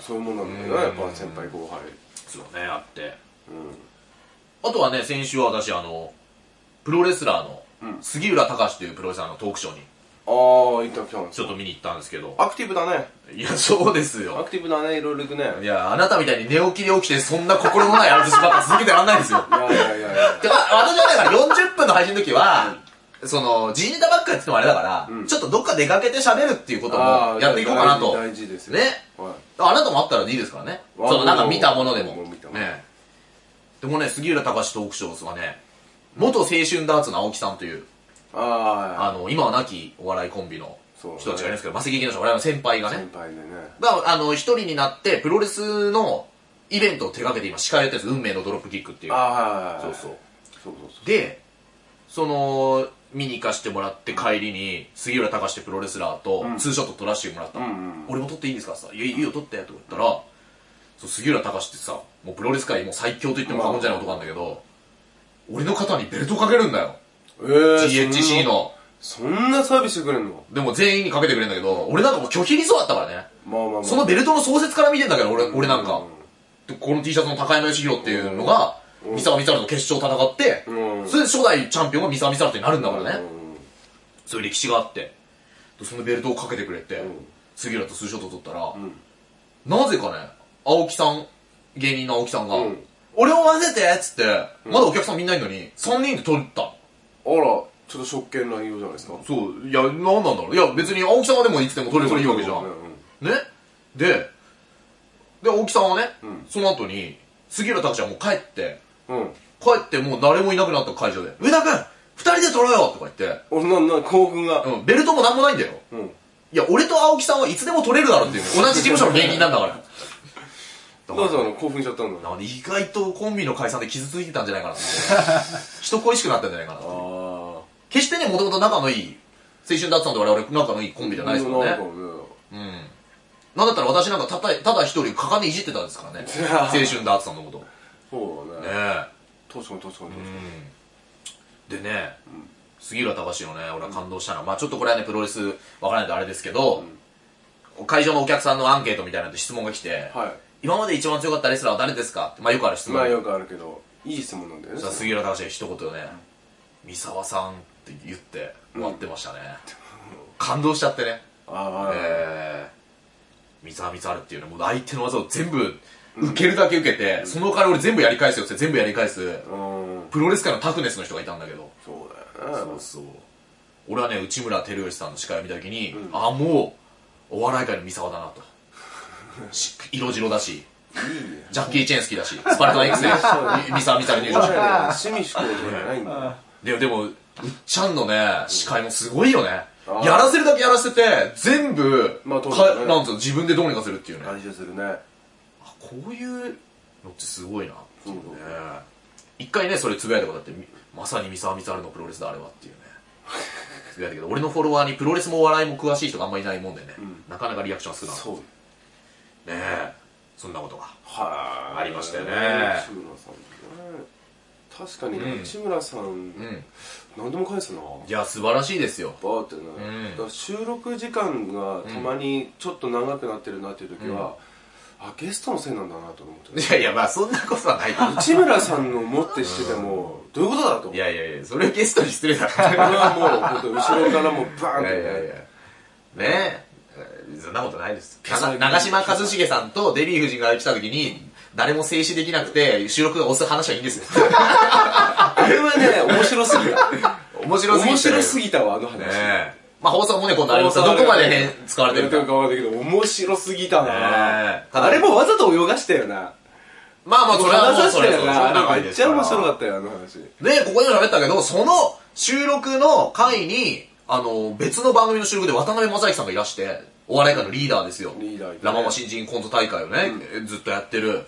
Speaker 2: そういうもんなんだよな、やっぱ先輩後輩。
Speaker 1: そうよねあって
Speaker 2: う
Speaker 1: あとはね先週は私あのプロレスラーの
Speaker 2: ん。うん。
Speaker 1: 杉浦隆というプロレスラーのトークショーに
Speaker 2: ああ、いった、来たんです
Speaker 1: ちょっと見に行ったんですけど
Speaker 2: アクティブだね。
Speaker 1: いやそうです
Speaker 2: ア
Speaker 1: よ
Speaker 2: クティブだね、いろいろ行くね。
Speaker 1: いやあなたみたいに寝起きで起きてそんな心のない話し方続けてらんないですよ
Speaker 2: いやいやいやいや。
Speaker 1: でまあ私はだから40分の配信の時は、その、ジーネタばっかやっててもあれだから、
Speaker 2: うん
Speaker 1: ちょっとどっか出かけて喋るっていうことも
Speaker 2: あー
Speaker 1: やっていこうかなと。
Speaker 2: 大事大事ですよ
Speaker 1: ね。
Speaker 2: は
Speaker 1: あなたもあったらでいいですからね。
Speaker 2: わ
Speaker 1: そのなんか見たものでも。
Speaker 2: もう見たもの
Speaker 1: ね。でもね、杉浦隆トークショーはね、元青春ダーツの青木さんという、
Speaker 2: い。あ
Speaker 1: あの、今は亡きお笑いコンビの
Speaker 2: そう
Speaker 1: 人たちがいるんですけど、マセキ劇の我々の先輩が
Speaker 2: あ、
Speaker 1: ね
Speaker 2: 先、輩でね。
Speaker 1: が、あの、一人になって、プロレスのイベントを手掛けて今司会やってるんです。運命のドロップキックっていう。
Speaker 2: ああ、
Speaker 1: そうそう。。
Speaker 2: そうそうそう。
Speaker 1: でその見に行かしてもらって帰りに杉浦隆史ってプロレスラーと
Speaker 2: ん
Speaker 1: ツーショット撮らせてもらったの、
Speaker 2: うんうん
Speaker 1: 俺も撮っていいんですかって言ったら「いやいいよ撮って」とか言ったら、そう杉浦隆史ってさもうプロレス界もう最強と言っても過言じゃない男なんだけど、俺の肩にベルトかけるんだよ、
Speaker 2: えー
Speaker 1: GHC。の
Speaker 2: そんなそんなサービスしてくれんの
Speaker 1: でも全員にかけてくれるんだけど俺なんかもう拒否にそうだったからね
Speaker 2: まあまあまあ。
Speaker 1: そのベルトの創設から見てんだけど俺,、
Speaker 2: うう、
Speaker 1: 俺なんか、でこの T シャツの高山義弘っていうのが、
Speaker 2: うん
Speaker 1: 三沢光晴と決勝戦って、
Speaker 2: うん
Speaker 1: それで初代チャンピオンが三沢光晴になるんだ
Speaker 2: う
Speaker 1: か
Speaker 2: ん。
Speaker 1: らね、そういう歴史があってでそのベルトをかけてくれて、
Speaker 2: ん
Speaker 1: 杉浦とツーショット撮ったら、
Speaker 2: ん
Speaker 1: なぜかね青木さん芸人の青木さんが「
Speaker 2: うん
Speaker 1: 俺を混ぜて!」っつって、まだお客さんみんないるのに3人で撮った
Speaker 2: あら、ちょっと食券乱用じゃないですか。
Speaker 1: そういや何なんだろういや別に青木さんはでもいつでも撮れるからいいわけじゃん、
Speaker 2: うんうん
Speaker 1: ねでで青木さんはね、
Speaker 2: ん
Speaker 1: その後に杉浦拓ちゃんもう帰って
Speaker 2: うん。
Speaker 1: 帰ってもう誰もいなくなった会場で「上田君二人で撮ろうよ!」とか言って、
Speaker 2: 俺の、な、興奮が。
Speaker 1: うん、ベルトもなんもないんだよ
Speaker 2: うん。
Speaker 1: いや、俺と青木さんはいつでも取れるだろうっていう。同じ事務所の芸人なんだから。
Speaker 2: どうぞ、あの、興奮しちゃったんだ。
Speaker 1: なんで意外とコンビの解散で傷ついてたんじゃないかなって。人恋しくなったんじゃないかなって。
Speaker 2: あ
Speaker 1: 決してね、もともと仲のいい、青春だったんで我々仲のいいコンビじゃないですからね。うん。なんだったら私なんかただ、ただ一人、かかねいじってたんですからね。青春ダーツさんの こと。ね
Speaker 2: そうだね。
Speaker 1: え。
Speaker 2: 確かに確かに確かに。
Speaker 1: でね、杉浦隆のね、俺は感動したのは、まあちょっとこれはね、プロレスわからないとあれですけど、会場のお客さんのアンケートみたいなので質問が来て、
Speaker 2: は
Speaker 1: 今まで一番強かったレスラーは誰ですかって、まあよくある質
Speaker 2: い。
Speaker 1: 問。
Speaker 2: まあよくあるけど、いい質問なんだ
Speaker 1: そ
Speaker 2: よね
Speaker 1: した。ら杉浦隆史が一言でね、三沢さんって言って終わってましたね。感動しちゃってね。
Speaker 2: ああ、
Speaker 1: えー、三沢三沢っていうね、もう相手の技を全部受けるだけ受けて、その代わり俺全部やり返すよって全部やり返す、
Speaker 2: うん。
Speaker 1: プロレス界のタフネスの人がいたんだけど、
Speaker 2: そうだよ
Speaker 1: そ
Speaker 2: ね
Speaker 1: う。そう。俺はね、内村光良さんの司会を見たときに、あ、もう、お笑い界の三沢だなと。し色白だし、
Speaker 2: いいね。
Speaker 1: ジャッキー・チェーン好きだし、スパルタ X で、三沢三沢入
Speaker 2: おし
Speaker 1: 場
Speaker 2: ゃ
Speaker 1: して
Speaker 2: れな趣味嗜好じゃな いんだよ。
Speaker 1: ででも、うっちゃんのね、司会もすごいよね
Speaker 2: あ。ー
Speaker 1: やらせるだけやらせて、全部、
Speaker 2: まあ
Speaker 1: か
Speaker 2: 当然ね
Speaker 1: なんつうの、自分でどうにかするっていうね。
Speaker 2: 感謝するね。
Speaker 1: あこういうのってすごいなっていうね
Speaker 2: そう
Speaker 1: 一回ねそれつぶやいたことあってみまさに三沢光晴のプロレスだあれはっていうねつぶやいたけど俺のフォロワーにプロレスもお笑いも詳しい人があんまりいないもんでね、なかなかリアクションは少なかった
Speaker 2: そう。
Speaker 1: ねえそんなことが
Speaker 2: はい。
Speaker 1: ありましたよね
Speaker 2: 内村さんね。確かにね、内村さん
Speaker 1: う、ん
Speaker 2: 何でも返すな。
Speaker 1: いや素晴らしいですよ
Speaker 2: バーってね、
Speaker 1: ん
Speaker 2: だから収録時間がたまにちょっと長くなってるなっていう時は、あゲストのせいなんだなと思って
Speaker 1: いやいやまあそんなことはない
Speaker 2: 内村さんの持ってしてても、どういうことだと
Speaker 1: い
Speaker 2: 思って
Speaker 1: やいやいやそれゲストに失礼だか
Speaker 2: これ
Speaker 1: ら
Speaker 2: はもう本当後ろからもうバーンっ
Speaker 1: いや
Speaker 2: て、
Speaker 1: いやいやねえそんなことないです
Speaker 2: や
Speaker 1: な長嶋一茂さんとデヴィ夫人が来た時に誰も静止できなくて収録が押す話はいいんですよ
Speaker 2: あれはね 面白すぎた
Speaker 1: 面白すぎ
Speaker 2: 面
Speaker 1: てね
Speaker 2: 白すぎたわあの話、
Speaker 1: ねえまあ放送もね今度ありますからどこまで変使われてる
Speaker 2: か
Speaker 1: か
Speaker 2: わかんないけど面白すぎたな、
Speaker 1: ねえ
Speaker 2: あれもわざと泳がしたよな
Speaker 1: まあまあそれはもう
Speaker 2: 話し
Speaker 1: そ
Speaker 2: た
Speaker 1: れはそ
Speaker 2: よ
Speaker 1: う
Speaker 2: な
Speaker 1: そんな
Speaker 2: あ
Speaker 1: 回
Speaker 2: れめっ
Speaker 1: で
Speaker 2: ち
Speaker 1: す
Speaker 2: ゃ
Speaker 1: から
Speaker 2: 面白かったよあの話
Speaker 1: でここでも喋ったけどその収録の回にあの別の番組の収録で渡辺正行さんがいらしてお笑い界のリーダーですよ
Speaker 2: リーダーいてね
Speaker 1: ラ・ママ新人コント大会をね、ずっとやってる、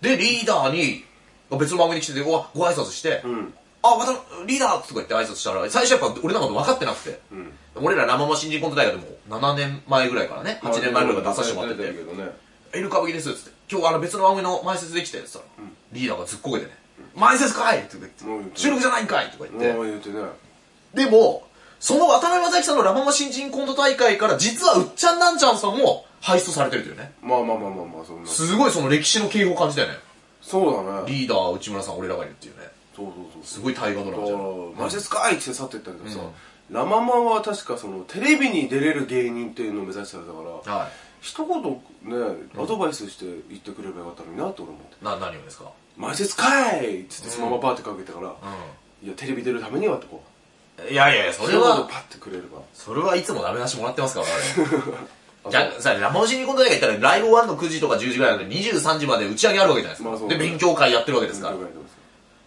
Speaker 1: でリーダーに別の番組に来ててごご挨拶して「
Speaker 2: ん
Speaker 1: あ渡辺リーダー」とか言って挨拶したら最初やっぱ俺のこと分かってなくて、
Speaker 2: ん
Speaker 1: 俺らラ・ママ新人コント大会でも7年前ぐらいからね8年前ぐらいから出させてもらってて
Speaker 2: 出けどね
Speaker 1: イルカブキです」っつって「今日あの別の番組の前説できて」っつったら、リーダーがずっこけてね「前説かい!」って言って
Speaker 2: もう言
Speaker 1: 「
Speaker 2: って
Speaker 1: 収録じゃないんかい!」とか言って、
Speaker 2: もう言うてね
Speaker 1: でもその渡辺正行さんのラ・ママ新人コント大会から実はうっちゃんなんちゃんさんも排出されてるというね。
Speaker 2: まあまあまあまあまあそんな
Speaker 1: すごいその歴史の警報を感じたよね。
Speaker 2: そうだね
Speaker 1: リーダー、内村さん、俺らがいるっていうね。
Speaker 2: そうそう
Speaker 1: す
Speaker 2: そう
Speaker 1: ごい大河ドラマじゃん。
Speaker 2: だからマジですかいって去っていったけどさ、ラ・ママは確かそのテレビに出れる芸人っていうのを目指してたから
Speaker 1: は
Speaker 2: 一言ねアドバイスして言ってくれればよかったのになって俺思って
Speaker 1: い。な、何をですか
Speaker 2: 「マジですかい!」っつってそのままバーってかけてから、
Speaker 1: う。
Speaker 2: いやテレビ出るためにはってこうん
Speaker 1: いやいやいや、そ
Speaker 2: そ
Speaker 1: れ
Speaker 2: ういうこと
Speaker 1: は、
Speaker 2: パッてくれれば
Speaker 1: それはいつもダメ出しもらってますから、
Speaker 2: あ
Speaker 1: 我々。じゃあ、さ、ラマオシニコンド映画行ったら、ライブ1の9時とか10時ぐらいなんで、23時まで打ち上げあるわけじゃないです
Speaker 2: まあそ
Speaker 1: か。
Speaker 2: う
Speaker 1: で、勉強会やってるわけですから。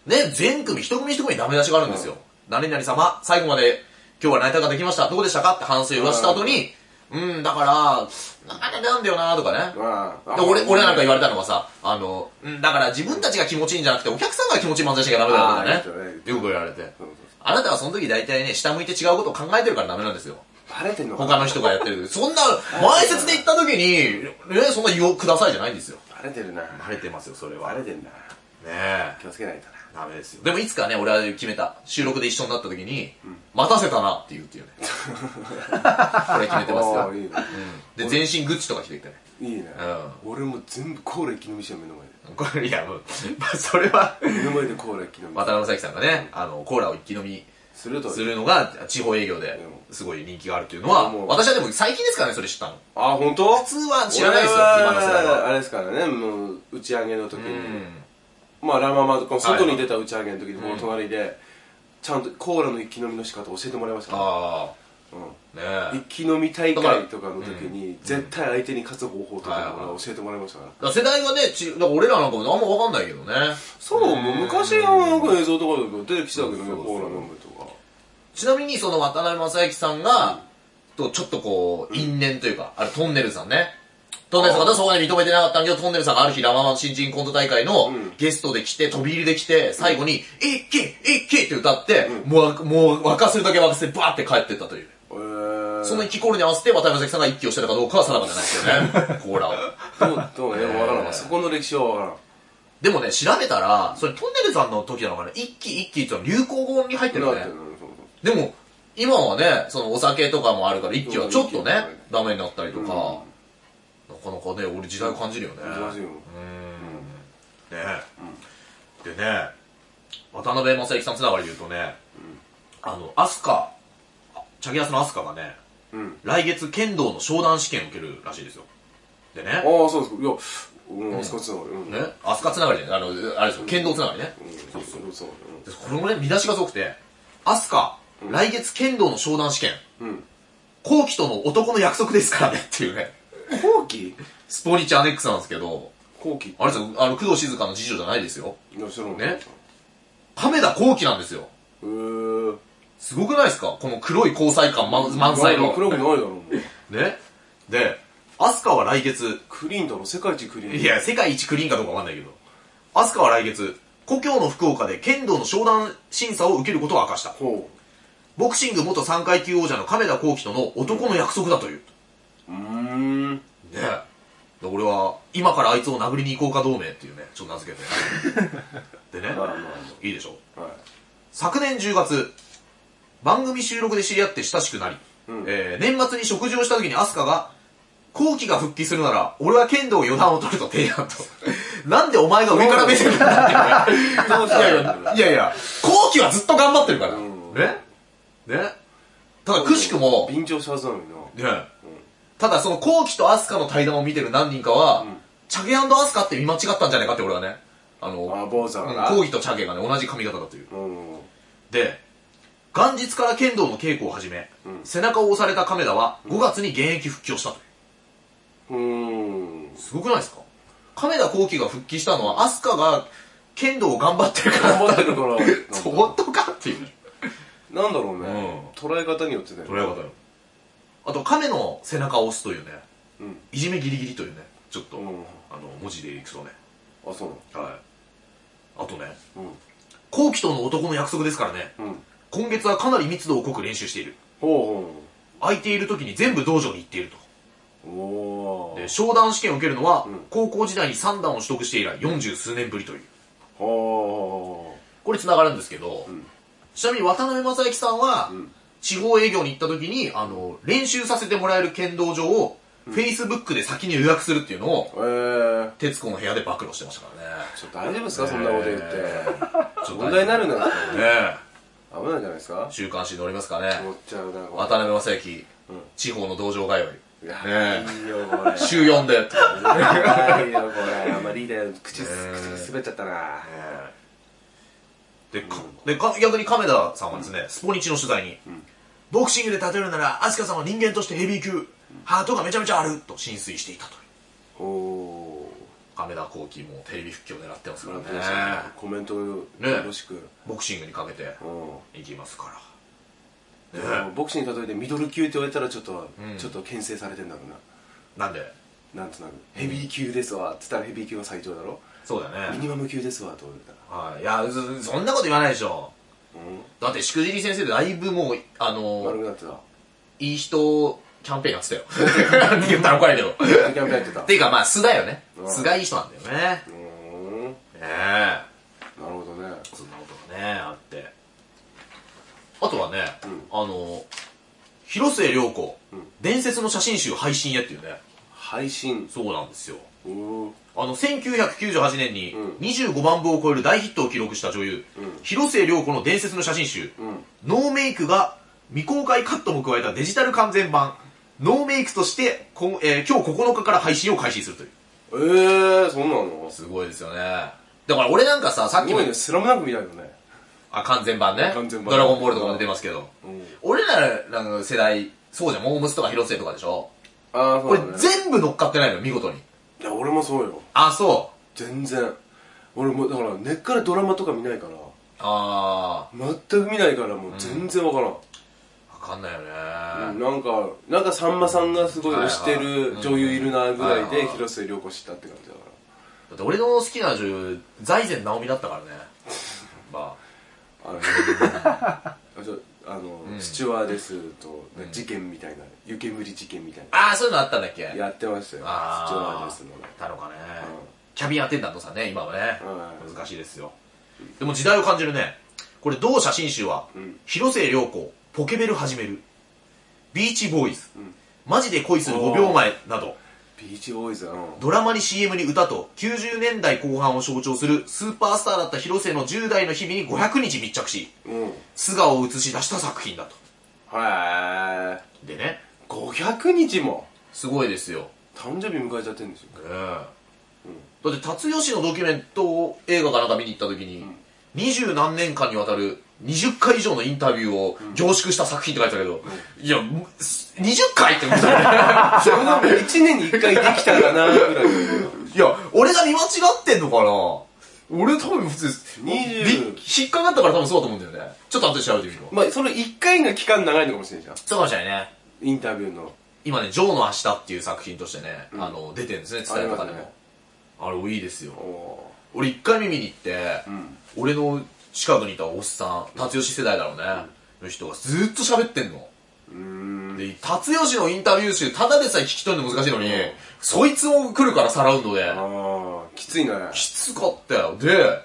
Speaker 1: ね、全組、一組一組にダメ出しがあるんですよ。何々様、最後まで今日は内閣ができました。どうでしたかって反省を言わした後に、うん、だから、なんかなんだよなとかね。
Speaker 2: まあ
Speaker 1: で俺、俺なんか言わ
Speaker 2: れ
Speaker 1: れたのはさ、あの、うん、だから自分たちが気持ちいいんじゃなくて、お客さんが気持ちいい漫才しなきゃダメだよとか
Speaker 2: あー言
Speaker 1: ね
Speaker 2: っ。てたね
Speaker 1: よく言われて。あなたはその時大体ね、下向いて違うことを考えてるからダメなんですよ。
Speaker 2: バレてんのか
Speaker 1: 他
Speaker 2: な
Speaker 1: の人がやってる。そんな、前説で行った時に、ね、そんな言おうくださいじゃないんですよ。
Speaker 2: バレてるな
Speaker 1: 晴れてますよ、それは。
Speaker 2: バレ
Speaker 1: ね
Speaker 2: てんな
Speaker 1: え。
Speaker 2: 気をつけないとな
Speaker 1: ダメですよ。でもいつかね、俺は決めた。収録で一緒になった時に、待たせたなって言うっていうね。これ決めてます
Speaker 2: あ
Speaker 1: よ
Speaker 2: あ。いいね
Speaker 1: で、全身グッチとか着てきてね。
Speaker 2: いいね俺も全部コーラ一気飲みして目の前で
Speaker 1: これ、いや、もう、まあそれは、
Speaker 2: 目の前でコーラ一気飲み
Speaker 1: 渡辺正樹さんがね、あの、コーラを一気飲み
Speaker 2: すると
Speaker 1: するのが、地方営業で
Speaker 2: でも、
Speaker 1: すごい人気があるっていうのは
Speaker 2: でも、
Speaker 1: 私はでも最近ですからね、それ知ったの。
Speaker 2: あ本当
Speaker 1: 普通は知らないですよ、
Speaker 2: 俺
Speaker 1: 今の世代は。
Speaker 2: あれですからねもう打ち上げの時
Speaker 1: う
Speaker 2: に
Speaker 1: ん。
Speaker 2: まあラ・ママとこの外に出た打ち上げの時にこの隣でちゃんとコーラの一気飲みの仕方教えてもらいましたから
Speaker 1: あ
Speaker 2: うん
Speaker 1: あ、ねえ。
Speaker 2: 一気飲み大会とかの時に絶対相手に勝つ方法とかを教えてもらいましたから
Speaker 1: だから世代がね、ちだから俺らなんかもあんまわかんないけどね。
Speaker 2: そうもう昔のなんか映像とかでも出てきてたけどね
Speaker 1: そうそう
Speaker 2: コーラ飲むとか
Speaker 1: ちなみにその渡辺正行さんが、とちょっとこう、因縁というか、あれトンネルズさんね。トンネルズさんがそこまで認めてなかったんだけど、トンネルズさんがある日ラママの新人コント大会の
Speaker 2: ん
Speaker 1: ゲストで来て、飛び入りで来て、最後に、一気一気って歌って、もう、もう沸かせるだけ沸かせて、バーって帰ってったという。
Speaker 2: えー
Speaker 1: その一気コールに合わせて渡辺正行さんが一気をしてたかどうかは定かじゃないですよね、 コーラを。
Speaker 2: どうどうね分からんわ
Speaker 1: えー
Speaker 2: そこの歴史は分からん
Speaker 1: でもね、調べたら、それトンネルズさんの時なのかね、一気一気っていうのは流行語に入ってるよ
Speaker 2: な
Speaker 1: ね
Speaker 2: って。るのそうそう
Speaker 1: でも、今はね、そのお酒とかもあるから、一気はちょっとね、ダメになったりとか、なかなかね、俺時代を感じるよね。
Speaker 2: 珍しいよ
Speaker 1: ね、でね、渡辺正行さんつながりで言うとね、あの、アスカ、あチャギアスのアスカがね、
Speaker 2: うん
Speaker 1: 来月剣道の商談試験を受けるらしいですよ。でね、
Speaker 2: ああそうですかいやうんあそこつながるうん
Speaker 1: ね、アスカつながりで、あの、あれですよ、剣道つながりね。
Speaker 2: うんそうそうそう
Speaker 1: でこれもね、見出しがすごくて、アスカ、来月剣道の商談試験、
Speaker 2: うん
Speaker 1: 後期との男の約束ですからねっていうね。
Speaker 2: 後期
Speaker 1: スポニチアネックスなんですけど、
Speaker 2: 後期
Speaker 1: あれですよ、あの、工藤静香の次女じゃないですよ。
Speaker 2: いや知らん
Speaker 1: ね亀田光輝なんですよ。
Speaker 2: えー
Speaker 1: すごくないですかこの黒い交際感満満載の。
Speaker 2: 黒くないだろもう
Speaker 1: ね。で、アスカは来月、
Speaker 2: クリーンだろ世界一クリーン
Speaker 1: いや、世界一クリーンかどうかわかんないけど、アスカは来月、故郷の福岡で剣道の商談審査を受けることを明かした。
Speaker 2: ほ
Speaker 1: ボクシング元3階級王者の亀田光輝との男の約束だという。
Speaker 2: ううーん
Speaker 1: ねで俺は、今からあいつを殴りに行こうか同盟っていうね、ちょっと名付けて。 でね、
Speaker 2: まあまあ
Speaker 1: いいでしょ
Speaker 2: まあはい
Speaker 1: 昨年10月、番組収録で知り合って親しくなり、
Speaker 2: うん
Speaker 1: えー年末に食事をした時にアスカが、後期が復帰するなら、俺は剣道四段を取ると提案と。 なんでお前が上から目線なんだっていうね
Speaker 2: どうし
Speaker 1: い
Speaker 2: た
Speaker 1: やい
Speaker 2: らいいんだろう
Speaker 1: や、いやいや、後期はずっと頑張ってるから。
Speaker 2: うん
Speaker 1: ねねただ、くしくも、
Speaker 2: 便乗したはずなのにな
Speaker 1: ね、ただその後期とアスカの対談を見てる何人かは、
Speaker 2: ん
Speaker 1: チャゲアスカって見間違ったんじゃないかって俺はね、あ
Speaker 2: あ
Speaker 1: の、
Speaker 2: 坊さん
Speaker 1: うん
Speaker 2: が
Speaker 1: 後期とチャゲがね、同じ髪型だという。
Speaker 2: うん
Speaker 1: で、元日から剣道の稽古を始め、
Speaker 2: うん
Speaker 1: 背中を押された亀田は5月に現役復帰をしたという。
Speaker 2: うん
Speaker 1: すごくないですか亀田後期が復帰したのは、アスカが剣道を頑張ってるから。
Speaker 2: 頑張ってるから
Speaker 1: 本当かっていう。
Speaker 2: なんだろう
Speaker 1: うん
Speaker 2: ね捉え方によってだよね
Speaker 1: よ。あと、亀の背中を押すというね、
Speaker 2: うん
Speaker 1: いじめギリギリというね、ちょっと、
Speaker 2: うん
Speaker 1: あの、文字でいくとね、
Speaker 2: あそうな
Speaker 1: はい。あとね、
Speaker 2: の
Speaker 1: 後期との男の約束ですからね、
Speaker 2: うんうん
Speaker 1: 今月はかなり密度を濃く練習している。
Speaker 2: ほ
Speaker 1: 空いている時に全部道場に行っていると。
Speaker 2: うほうおお
Speaker 1: で、商談試験を受けるのは、
Speaker 2: ん
Speaker 1: 高校時代に3段を取得して以来40数年ぶりという。
Speaker 2: ほう
Speaker 1: これ繋がるんですけど、
Speaker 2: ん
Speaker 1: ちなみに渡辺正行さんは、
Speaker 2: ん
Speaker 1: 地方営業に行った時に、あの、練習させてもらえる剣道場を、 Facebook で先に予約するっていうのを、
Speaker 2: えー、
Speaker 1: 徹子の部屋で暴露してましたからね。
Speaker 2: ちょっと大丈夫ですか、そんなこと言って
Speaker 1: えちょっと
Speaker 2: 問題になるんですか
Speaker 1: ね
Speaker 2: ね
Speaker 1: え
Speaker 2: 危ないんじゃないですか
Speaker 1: 週刊誌に載りますかね。
Speaker 2: 思っちゃうなこ
Speaker 1: 渡辺正行、地方の道場通い。
Speaker 2: れいや
Speaker 1: ね
Speaker 2: いいよこれ
Speaker 1: え週4で。
Speaker 2: いいよこれあんまリーダー口す
Speaker 1: ね
Speaker 2: 口が滑っちゃったな
Speaker 1: で、かでか逆に亀田さんはですね、スポニチの取材に、ボクシングで例えるなら、飛鳥さんは人間としてヘビー級、ハートがめちゃめちゃあると心酔していたという。
Speaker 2: おお
Speaker 1: 亀田光輝もテレビ復帰を狙ってます
Speaker 2: ー
Speaker 1: か
Speaker 2: 村
Speaker 1: ら
Speaker 2: 田さん
Speaker 1: ね。
Speaker 2: コメントよ
Speaker 1: ね
Speaker 2: ろしく、
Speaker 1: ボクシングにかけて
Speaker 2: うん
Speaker 1: いきますか
Speaker 2: でもボクシングに例えてミドル級って言われたらちょっと、ちょっと牽制されてんだろう
Speaker 1: ら。なんで、
Speaker 2: ななんとなくヘビー級ですわっつったらヘビー級が最長だろ
Speaker 1: そうだよ
Speaker 2: ミ
Speaker 1: ね。
Speaker 2: ニマム級ですわと言われたら
Speaker 1: はい。いや、そそんなこと言わないでしょ。
Speaker 2: う
Speaker 1: だって、しくじり先生だいぶもう、あの
Speaker 2: ん悪くなってた
Speaker 1: いい人キャンペーンやってたよ。 って言ったら怒られるけど。
Speaker 2: キャンペーンやってた
Speaker 1: っていうかまあ素だよね
Speaker 2: うん
Speaker 1: 素がいい人なんだよね
Speaker 2: うーん
Speaker 1: ねえ
Speaker 2: なるほどね
Speaker 1: そんなことがねあってあとはね、あの広末涼子、伝説の写真集配信へっていうね
Speaker 2: 配信
Speaker 1: そうなんですよ
Speaker 2: うーん
Speaker 1: あの1998年に
Speaker 2: ん
Speaker 1: 25万部を超える大ヒットを記録した女優、広末涼子の伝説の写真集、
Speaker 2: ん
Speaker 1: ノーメイクが未公開カットも加えたデジタル完全版ノーメイクとしてこ、えー今日9日から配信を開始するという
Speaker 2: えー、そうなの
Speaker 1: すごいですよねだから俺なんかささっ
Speaker 2: す
Speaker 1: きも
Speaker 2: ごいねスラムダンクみたいだね
Speaker 1: あ、完全版ね。
Speaker 2: 完全版
Speaker 1: ドラゴンボールとかも出てますけど。
Speaker 2: うん
Speaker 1: 俺らの世代、そうじゃん、モームスとか広末とかでしょ
Speaker 2: ああそ
Speaker 1: こ
Speaker 2: う
Speaker 1: れ
Speaker 2: だね
Speaker 1: 全部乗っかってないの、見事に。
Speaker 2: いや俺もそうよ
Speaker 1: あ、そう。
Speaker 2: 全然俺もだから根っからドラマとか見ないから
Speaker 1: あ
Speaker 2: 全く見ないからもう全然わからん
Speaker 1: ー、わかんないよね、
Speaker 2: うんなんか、なんかさんまさんがすごい推してる女優いるなぐらい
Speaker 1: はい
Speaker 2: で
Speaker 1: はい
Speaker 2: 広末涼子知ったって感じだから
Speaker 1: だって俺の好きな女優、財前直美だったからね。ま
Speaker 2: あの あちょあの、スチュワーデスと事件みたいな湯煙事件みたい
Speaker 1: あ。あー、そういうのあったんだっけ
Speaker 2: なやってましたよスチュ
Speaker 1: あー
Speaker 2: ワーデスのね
Speaker 1: たのかね、
Speaker 2: うん
Speaker 1: キャビンアテンダントさんね、今はね。
Speaker 2: うん
Speaker 1: 難しいですよ。でも時代を感じるね。これ、同写真集は、
Speaker 2: ん
Speaker 1: 広末涼子、ポケベル始める、ビーチボーイズ、マジで恋する5秒前など、
Speaker 2: ビーチボーイズだな
Speaker 1: ドラマに CM に歌と、90年代後半を象徴するスーパースターだった広末の10代の日々に500日密着し、
Speaker 2: うんへ
Speaker 1: 素顔を映し出した作品だと。
Speaker 2: え
Speaker 1: でね、
Speaker 2: 500日も
Speaker 1: すごいですよ。
Speaker 2: 誕生日迎えちゃってるん ですよ
Speaker 1: だって辰吉のドキュメント映画かなんか見に行った時に、二十何年間にわたる20回以上のインタビューを凝縮した作品って書いてたけど、いや、むす20回って思ったよね
Speaker 2: それなんか1年に1回できたらなぐらい
Speaker 1: いや、俺が見間違ってんのかな俺多分普通です、
Speaker 2: 20
Speaker 1: び引っかかったから多分そうだと思うんだよね。ちょっと後で調べてみるわ。
Speaker 2: まあその1回が期間長いのかもしれないじゃん
Speaker 1: そうかもしれないね。
Speaker 2: インタビュー の
Speaker 1: 今ね、ジョーの明日っていう作品としてね、あの、出てるんですね、伝えとかで
Speaker 2: ありますね
Speaker 1: も。あれ、いいですよ。
Speaker 2: お
Speaker 1: 俺一回目見に行って、
Speaker 2: ん
Speaker 1: 俺の近くにいたおっさん辰吉世代だろうね、の人がずーっと喋ってんの、
Speaker 2: ーうーん
Speaker 1: で辰吉のインタビュー集ただでさえ聞き取るの難しいのに、そいつも来るからサラウンドで、
Speaker 2: ああきついね
Speaker 1: きつかったよで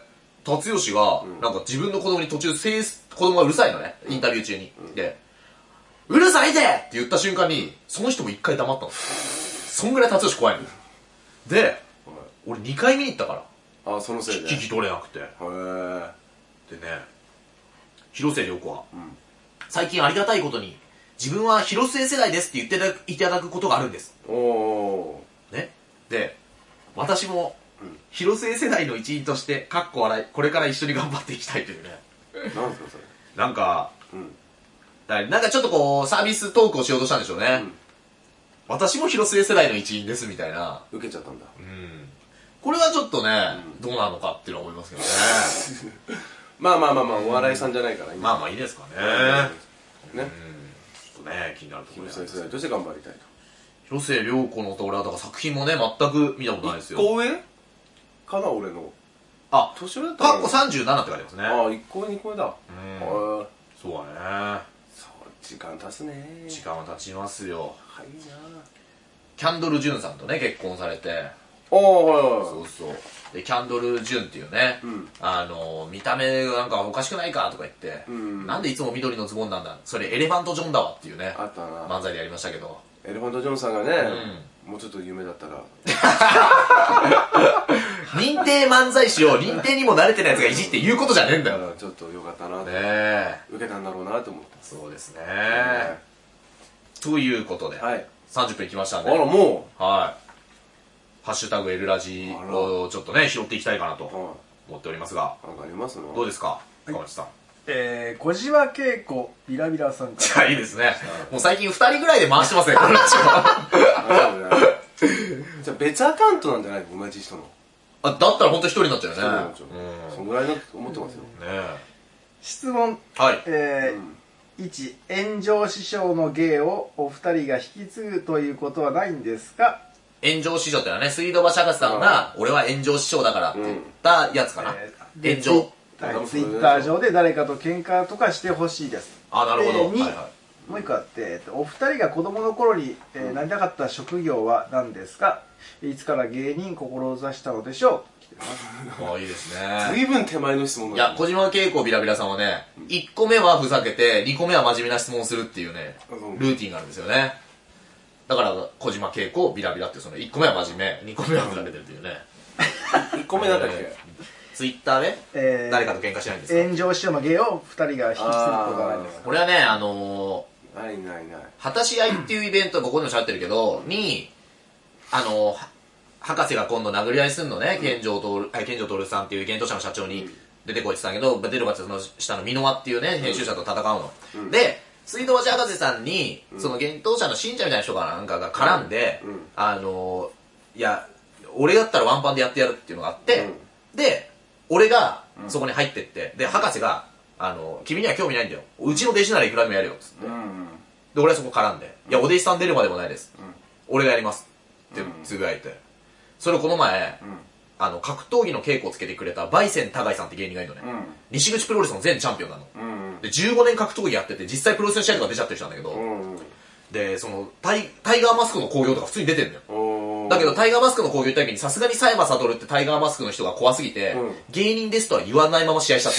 Speaker 1: 辰吉が、なんか自分の子供に途中せい子供がうるさいのねインタビュー中に、で「うるさいで!」って言った瞬間にその人も一回黙ったのそんぐらい辰吉怖いので俺二回見に行ったから
Speaker 2: あそのせいで
Speaker 1: 聞き取れなくて
Speaker 2: へー
Speaker 1: でね広末涼子は、最近ありがたいことに自分は広末世代ですって言っていただくいただくことがあるんです
Speaker 2: おお
Speaker 1: ねで私も広末世代の一員としてかっこ笑いこれから一緒に頑張っていきたいというね
Speaker 2: ーなんすかそれ
Speaker 1: なんか、
Speaker 2: ん
Speaker 1: だなんかちょっとこうサービストークをしようとしたんでしょうね、私も広末世代の一員ですみたいな
Speaker 2: 受けちゃったんだ
Speaker 1: これはちょっとね、どうなのかっていうのは思いますけどね
Speaker 2: まあまあまあまあお笑いさんじゃないから今
Speaker 1: まあまあいいですかね、
Speaker 2: ね
Speaker 1: ちょっとね気になるところで
Speaker 2: 広
Speaker 1: す
Speaker 2: 末世代として頑張りたい
Speaker 1: 広末涼子のと俺はだから作品もね全く見たことないです
Speaker 2: と
Speaker 1: よ
Speaker 2: 上かな俺の
Speaker 1: あ
Speaker 2: 年上だった
Speaker 1: かっこ
Speaker 2: な
Speaker 1: 37って書いてますね
Speaker 2: ああ1個上2個上だへー
Speaker 1: そうだね
Speaker 2: そう時間経つね
Speaker 1: 時間は経ちますよ
Speaker 2: はいな
Speaker 1: キャンドル・ジュンさんとね結婚されて
Speaker 2: ああはいは
Speaker 1: そうそうでキャンドル・ジュンっていうね、
Speaker 2: ん
Speaker 1: あの見た目がなんかおかしくないかとか言って、
Speaker 2: ん
Speaker 1: なんでいつも緑のズボンなんだそれエレファント・ジョンだわっていうね
Speaker 2: いあったな
Speaker 1: 漫才でやりましたけど
Speaker 2: エレファント・ジョンさんがねもうちょっと夢だったら
Speaker 1: 認定漫才師を認定にも慣れてないやつがいじって言うことじゃねえんだよ。ね
Speaker 2: あちょっとよかったな、
Speaker 1: え。
Speaker 2: 受けたんだろうなと思って
Speaker 1: そうですね。ということで、
Speaker 2: はい
Speaker 1: 30分いきましたん
Speaker 2: あ
Speaker 1: で、
Speaker 2: ら
Speaker 1: はい。
Speaker 2: も
Speaker 1: ハッシュタグエルラジ
Speaker 2: あら
Speaker 1: をちょっとね、拾っていきたいかな
Speaker 2: う
Speaker 1: と
Speaker 2: は
Speaker 1: 思っておりますが、
Speaker 2: いなんかありますの
Speaker 1: どうですか川内さん。
Speaker 3: えー、小島慶子ビラビラさんから
Speaker 1: 近いですね。もう最近2人ぐらいで回してますね、川内は。
Speaker 2: じゃあ別アカウントなんじゃないの同じ人の
Speaker 1: あだったら本当一人になっちゃ
Speaker 2: そうな
Speaker 1: うんよ
Speaker 2: です
Speaker 1: ね
Speaker 2: よ。
Speaker 1: うん
Speaker 2: そんぐらいだと思ってますよ
Speaker 1: ねえ。
Speaker 3: 質問、
Speaker 1: はい。
Speaker 3: えー1炎上師匠の芸をお二人が引き継ぐということはないんですか、
Speaker 1: 炎上師匠ってのはね、水道橋博士さんが、俺は炎上師匠だからって言ったやつかな。
Speaker 3: えーで
Speaker 1: 炎上。
Speaker 3: はいツイッター上で誰かと喧嘩とかしてほしいです
Speaker 1: あ、なるほど。
Speaker 3: でに
Speaker 1: はいはい
Speaker 3: もう一個あって、えっとお二人が子供の頃に、えーなりたかった職業は何ですかいつから芸人志したのでしょ
Speaker 1: あいいですね。
Speaker 2: 随分手前の質問
Speaker 1: い
Speaker 2: だ
Speaker 1: や
Speaker 2: ね、
Speaker 1: 小島慶子ビラビラさんはね、1個目はふざけて、2個目は真面目な質問をするっていうね
Speaker 2: うん、
Speaker 1: ルーティンがあるんですよね。だから、小島慶子ビラビラって、その1個目は真面目、2個目はふざけてるっていうね。
Speaker 2: 1個目なんだっけ、
Speaker 1: えツイッターで、
Speaker 3: う、えー
Speaker 1: 誰かと喧嘩しないんですか
Speaker 3: 炎上師匠の芸を二人が引き継ぐことはないですか
Speaker 1: これはね、あのー、
Speaker 2: ないないない
Speaker 1: 果たし合いっていうイベント、ここでも喋ってるけど、に、あの、は博士が今度殴り合いすんのね、健城徹、あ健城徹さんっていう現当社の社長に出てこいって言ってたけど、出るかってその下の箕輪っていうね、編集者と戦うの。で、水道橋博士さんに、その現当社の信者みたいな人かなんかが絡んで、
Speaker 2: うんうん
Speaker 1: あの、いや、俺だったらワンパンでやってやるっていうのがあって、で、俺がそこに入ってって、で、博士が、あの、君には興味ないんだよ。うちの弟子ならいくらでもやるよ、つって。
Speaker 2: うん
Speaker 1: で、俺はそこ絡んで、いや、お弟子さん出るまでもないです。俺がやります。って
Speaker 2: うん
Speaker 1: つぶやいて。それをこの前、
Speaker 2: ん
Speaker 1: あの、格闘技の稽古をつけてくれた、バイセン高井さんって芸人がいるのね。
Speaker 2: うん
Speaker 1: 西口プロレスの全チャンピオンなの。
Speaker 2: うん
Speaker 1: で、15年格闘技やってて、実際プロレスの試合とか出ちゃってる人なんだけど、
Speaker 2: うん
Speaker 1: で、そのタイ、タイガーマスクの興行とか普通に出てんのよ。
Speaker 2: おー
Speaker 1: だけど、タイガーマスクの興行行った時に、さすがに佐山悟ってタイガーマスクの人が怖すぎて、
Speaker 2: うん
Speaker 1: 芸人ですとは言わないまま試合したっ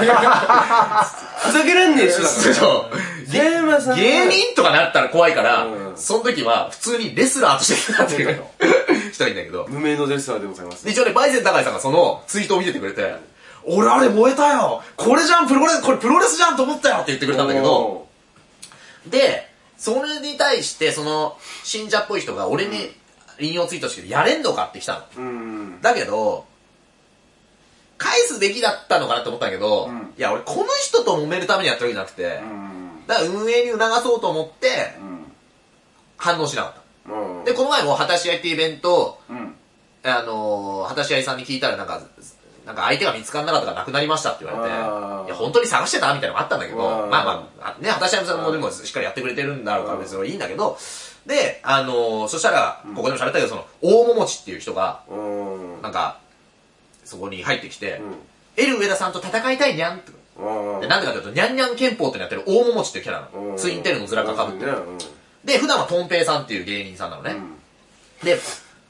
Speaker 1: て
Speaker 2: ふざけらんねえ人だ
Speaker 1: 言う。そう。
Speaker 2: ゲーマさん
Speaker 1: 芸人とかなったら怖いから、
Speaker 2: うん
Speaker 1: その時は普通にレスラーとしてなってる人がいいんだけど。
Speaker 2: 無名のレスラーでございます
Speaker 1: で一応ね、バイゼン高井さんがそのツイートを見ててくれて、俺あれ燃えたよこれじゃんプロレス、これプロレスじゃんと思ったよって言ってくれたんだけど、
Speaker 2: お
Speaker 1: で、それに対してその信者っぽい人が俺に引用ツイートしてやれんのかって来たの。
Speaker 2: ーうん
Speaker 1: だけど、返すべきだったのかなって思ったんだけど、
Speaker 2: ん
Speaker 1: いや俺この人と揉めるためにやってるわけじゃなくて、
Speaker 2: うん
Speaker 1: だから運営に促そうと思って
Speaker 2: うん
Speaker 1: 反応しなかった。
Speaker 2: うん
Speaker 1: で、この前も、果たし合いってイベント、
Speaker 2: うん
Speaker 1: あのー、果たし合いさんに聞いたら、なんか、なんか相手が見つからなかったから亡くなりましたって言われて、
Speaker 2: あー
Speaker 1: いや、本当に探してたみたいなのがあったんだけど、
Speaker 2: うん
Speaker 1: まあまあ、あね、果たし合いさんもでもしっかりやってくれてるんだろうから
Speaker 2: うん
Speaker 1: 別にいいんだけど、で、あのー、そしたら、ここでも喋ったけど、その、大桃地っていう人が、
Speaker 2: うん
Speaker 1: なんか、そこに入ってきて、
Speaker 2: うん
Speaker 1: エル上田さんと戦いたいにゃんって。
Speaker 2: うん
Speaker 1: で、なんでかというと、にゃんにゃん憲法ってのやってる大桃地っていうキャラな
Speaker 2: う
Speaker 1: の。
Speaker 2: ん
Speaker 1: ツインテールのズラかかぶって
Speaker 2: ね
Speaker 1: る。で、普段はトンペイさんっていう芸人さんなのね。
Speaker 2: うん
Speaker 1: で、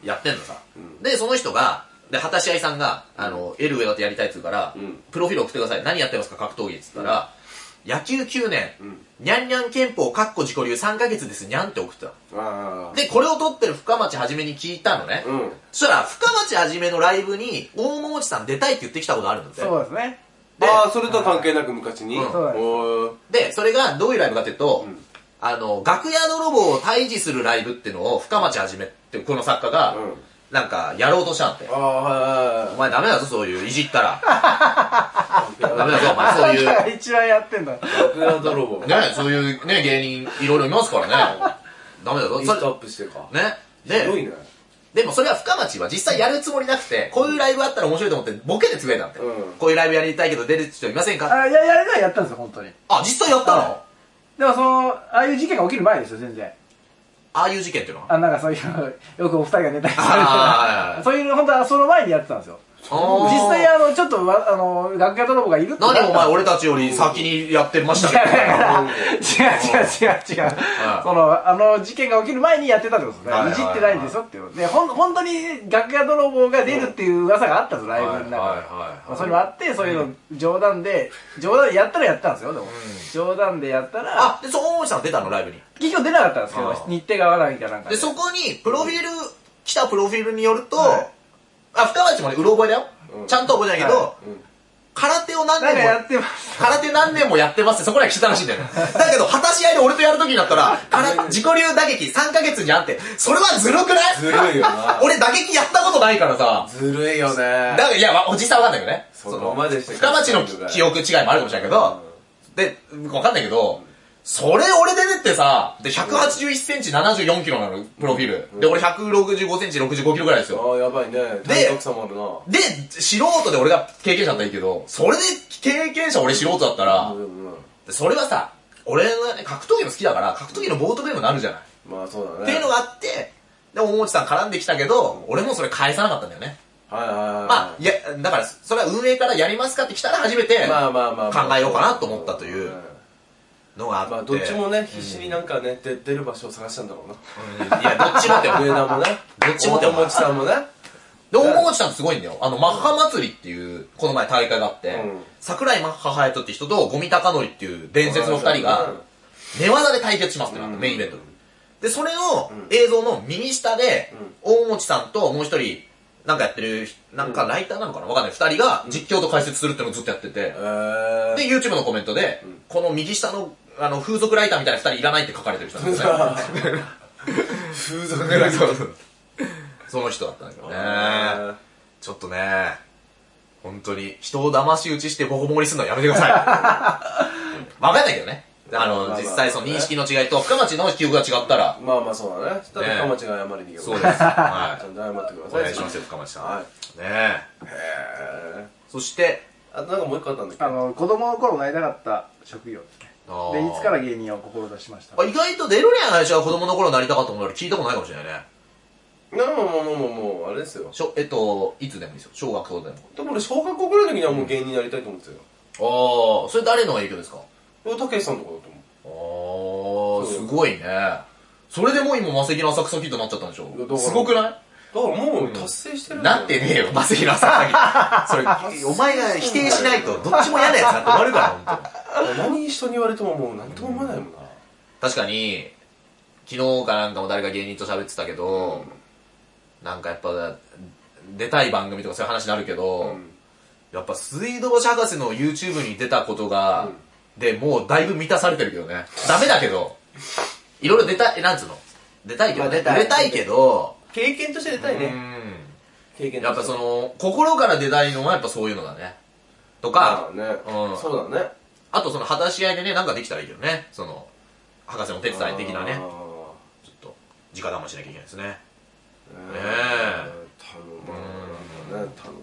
Speaker 1: やってんのさ。で、その人が、で、果たし合いさんが、あの、エルウェだとやりたいって言うから、
Speaker 2: うん
Speaker 1: プロフィール送ってください。何やってますか、格闘技って言ったら、野球9年、
Speaker 2: ん
Speaker 1: にゃんにゃん憲法、かっこ自己流3ヶ月です、にゃんって送ってたの。
Speaker 2: うんあ
Speaker 1: で、これを撮ってる深町はじめに聞いたのね。
Speaker 2: ーうん
Speaker 1: そしたら、深町はじめのライブに、大桃地さん出たいって言ってきたことあるんだって。
Speaker 3: そうですね
Speaker 1: で
Speaker 2: ああそれとは関係なく昔に
Speaker 1: うん
Speaker 3: そうなんです
Speaker 2: おー
Speaker 1: で、それがどういうライブかっていうと、
Speaker 2: ん
Speaker 1: あの、楽屋泥棒を退治するライブっていうのを、深町はじめっていうこの作家が、
Speaker 2: うん
Speaker 1: なんか、やろうとしたんだって
Speaker 2: あ。あはい
Speaker 1: お
Speaker 2: は
Speaker 1: 前ダメだぞ、そういう、いじったら。
Speaker 2: いはい
Speaker 1: ダメだぞ、お前そう いう。
Speaker 3: が一番やってんだ
Speaker 2: 楽屋泥棒
Speaker 1: ね、そういうね、芸人、いろいろいますからね。ダメだぞ、
Speaker 2: リ
Speaker 1: そ
Speaker 2: スト
Speaker 1: れ
Speaker 2: アッ、プしてか
Speaker 1: ね。
Speaker 2: ひどい
Speaker 1: で、
Speaker 2: ね
Speaker 1: でもそれは深町は実際やるつもりなくて、こういうライブあったら面白いと思って、ボケでつぶやいたんだよ
Speaker 2: うん
Speaker 1: こういうライブやりたいけど出る人いませんか
Speaker 3: あいややれないやったんですよ本当に
Speaker 1: あ、実際やったの、
Speaker 3: はでもそのああいう事件が起きる前ですよ全然
Speaker 1: ああいう事件っていうのは
Speaker 3: あなんかそういう よくお二人がネタに
Speaker 1: あーはいはいは
Speaker 3: されてるそういう本当はその前にやってたんですよ
Speaker 1: あー
Speaker 3: 実際あのちょっとわあの楽屋泥棒がいるってなった
Speaker 1: 何お前俺たちより先にやってましたけど。
Speaker 3: 違う違う違う違う。その、あの、事件が起きる前にやってたってことです
Speaker 1: はいはい
Speaker 3: ね。い
Speaker 1: はい
Speaker 3: じってないんですよっていう。で、ほん、本当に楽屋泥棒が出るっていう噂があったんです、ライブの中
Speaker 1: は
Speaker 3: で。
Speaker 1: いはいはい
Speaker 3: まあ、それもあって、そういうの冗談で、冗談でやったらやったんですよ、でも。冗談でやったら、
Speaker 1: あ、で、その大森さん出たの、ライブに。
Speaker 3: 結局出なかったんですけ
Speaker 1: あ
Speaker 3: ど
Speaker 1: ー、
Speaker 3: 日程が合わないみたいななんか
Speaker 1: で、
Speaker 3: で。
Speaker 1: そこに、プロフィール、来たプロフィールによると、
Speaker 3: はい
Speaker 1: あ、深町もね、うろ覚えだよ。
Speaker 2: うん
Speaker 1: ちゃんと覚えてないけど、空手を何
Speaker 3: なんかや
Speaker 1: 年
Speaker 3: っ
Speaker 1: も、
Speaker 3: てます。
Speaker 1: 空手何年もやってますって、そこら来てたらしいんだよね。だけど、果たし合いで俺とやるときになったら、空自己流打撃3ヶ月にあって、それはずるくない
Speaker 2: ずるいよな
Speaker 1: 俺打撃やったことないからさ。
Speaker 2: ずるいよね
Speaker 1: だから、いや、まあおじさんわかんないけどね。
Speaker 2: そこまでして
Speaker 1: 深町の記憶違いもあるかもしれないけど、で、わかんないけど、それ俺で出てさ、で、181センチ74キロなの、プロフィール。で、俺165センチ65キロぐらいです
Speaker 2: あ
Speaker 1: よ。
Speaker 2: あやばいね体格差もあるな
Speaker 1: で、素人で俺が経験者だったらいいけど、それで経験者俺素人だったら
Speaker 2: う、んうん
Speaker 1: でそれはさ、俺はね、格闘技も好きだから、格闘技のボートゲームになるじゃない。
Speaker 2: まあそうだね
Speaker 1: っていうのがあって、で、大内さん絡んできたけど、俺もそれ返さなかったんだよね。
Speaker 2: はいはいはい
Speaker 1: まあ、いや、だから、それは運営からやりますかって来たら初めて、
Speaker 2: まあまあまあまあ
Speaker 1: 考えようかなと思ったというんのがあって。
Speaker 2: まあどっちもね必死になんかねで出る場所を探したんだろうな
Speaker 1: うん。いや、どっちもって
Speaker 2: 上田もね
Speaker 1: どっちもだよ
Speaker 2: 大持さんもね
Speaker 1: で、大河内さんすごいんだよ。あの、マッハ祭りっていう、この前大会があって、
Speaker 2: うん
Speaker 1: 桜井マッハ隼人って人と、ゴミ高則っていう伝説の二人が、寝技で対決しますってなった、
Speaker 2: うん
Speaker 1: メインイベントで。で、それを、映像の右下で、大持さんともう一人、なんかやってる、なんかライターなのかなわかんない。二人が実況と解説するっていうのをずっとやってて
Speaker 2: え、ー
Speaker 1: で、YouTube のコメントで、この右下の、あの、風俗ライターみたいな二人いらないって書かれてる人なんですね。
Speaker 2: 風俗が
Speaker 1: そうそうその人だったんだけどね。ちょっとね、本当に人を騙し討ちしてボコボコにするのはやめてください。わかんないけどね。あ
Speaker 2: まあまあま
Speaker 1: の、
Speaker 2: あ
Speaker 1: 実際その認識の違いと深町の記憶が違ったら、
Speaker 2: まあまあそうだねそしたら深町が謝りに行けば
Speaker 1: そうです。は
Speaker 2: ちゃ
Speaker 1: い。
Speaker 2: んと謝ってくだ
Speaker 1: お
Speaker 2: さい
Speaker 1: 願いしますよ、深町さん。
Speaker 2: は
Speaker 1: ねえ。
Speaker 2: いへえ
Speaker 1: そして、
Speaker 2: あなんかもう一個あったんだっけ
Speaker 3: あの、子供の頃なりたかった職業ですね。
Speaker 1: あー
Speaker 3: で、いつから芸人を志しました
Speaker 1: あ意外とデロリアンの話は子供の頃なりたかったものより聞いたことないかもしれないね。
Speaker 2: なもうもうもうもうあれですよ
Speaker 1: しょえっと、いつでもいいですよ。小学校でも。
Speaker 2: でも俺小学校ぐらいの時にはもう芸人になりたいと思ってたよ
Speaker 1: ああ、それ誰の影響ですか
Speaker 2: これたけしさんとかだと思
Speaker 1: あー、すごいね。それでもう今、魔石の浅草キッドになっちゃったんでし
Speaker 2: いやだか
Speaker 1: ょ
Speaker 2: ら
Speaker 1: すごくな
Speaker 2: うだからもう達成してる
Speaker 1: い
Speaker 2: よ
Speaker 1: なってねえよ、魔石の浅草キ ッド。それ、お前が否定しないと、どっちも嫌なやつになって終わるから、本当
Speaker 2: 何人に言われてももう何とも思わないもんな
Speaker 1: 確かに、昨日かなんかも誰か芸人と喋ってたけど、なんかやっぱ、出たい番組とかそういう話になるけど、やっぱ水道橋博士の YouTube に出たことが、で、もうだいぶ満たされてるけどね。ダメだけど、いろいろ出たい、なんつうの出たいけど、
Speaker 2: まあ
Speaker 1: ね
Speaker 2: 出たい
Speaker 1: 出たいけど、
Speaker 2: 経験として出たいね、
Speaker 1: うん
Speaker 2: 経験として
Speaker 1: やっぱその、心から出たいのはやっぱそういうのだね。と
Speaker 2: ま
Speaker 1: か
Speaker 2: あ、ね、
Speaker 1: うん
Speaker 2: そうだね
Speaker 1: あとその果たし合いでね、なんかできたらいいけどね。その、博士の手伝い的なね
Speaker 2: あ。
Speaker 1: ちょっと、直談判しなきゃいけないですね。
Speaker 2: ー
Speaker 1: ねえ
Speaker 2: 頼むなね頼む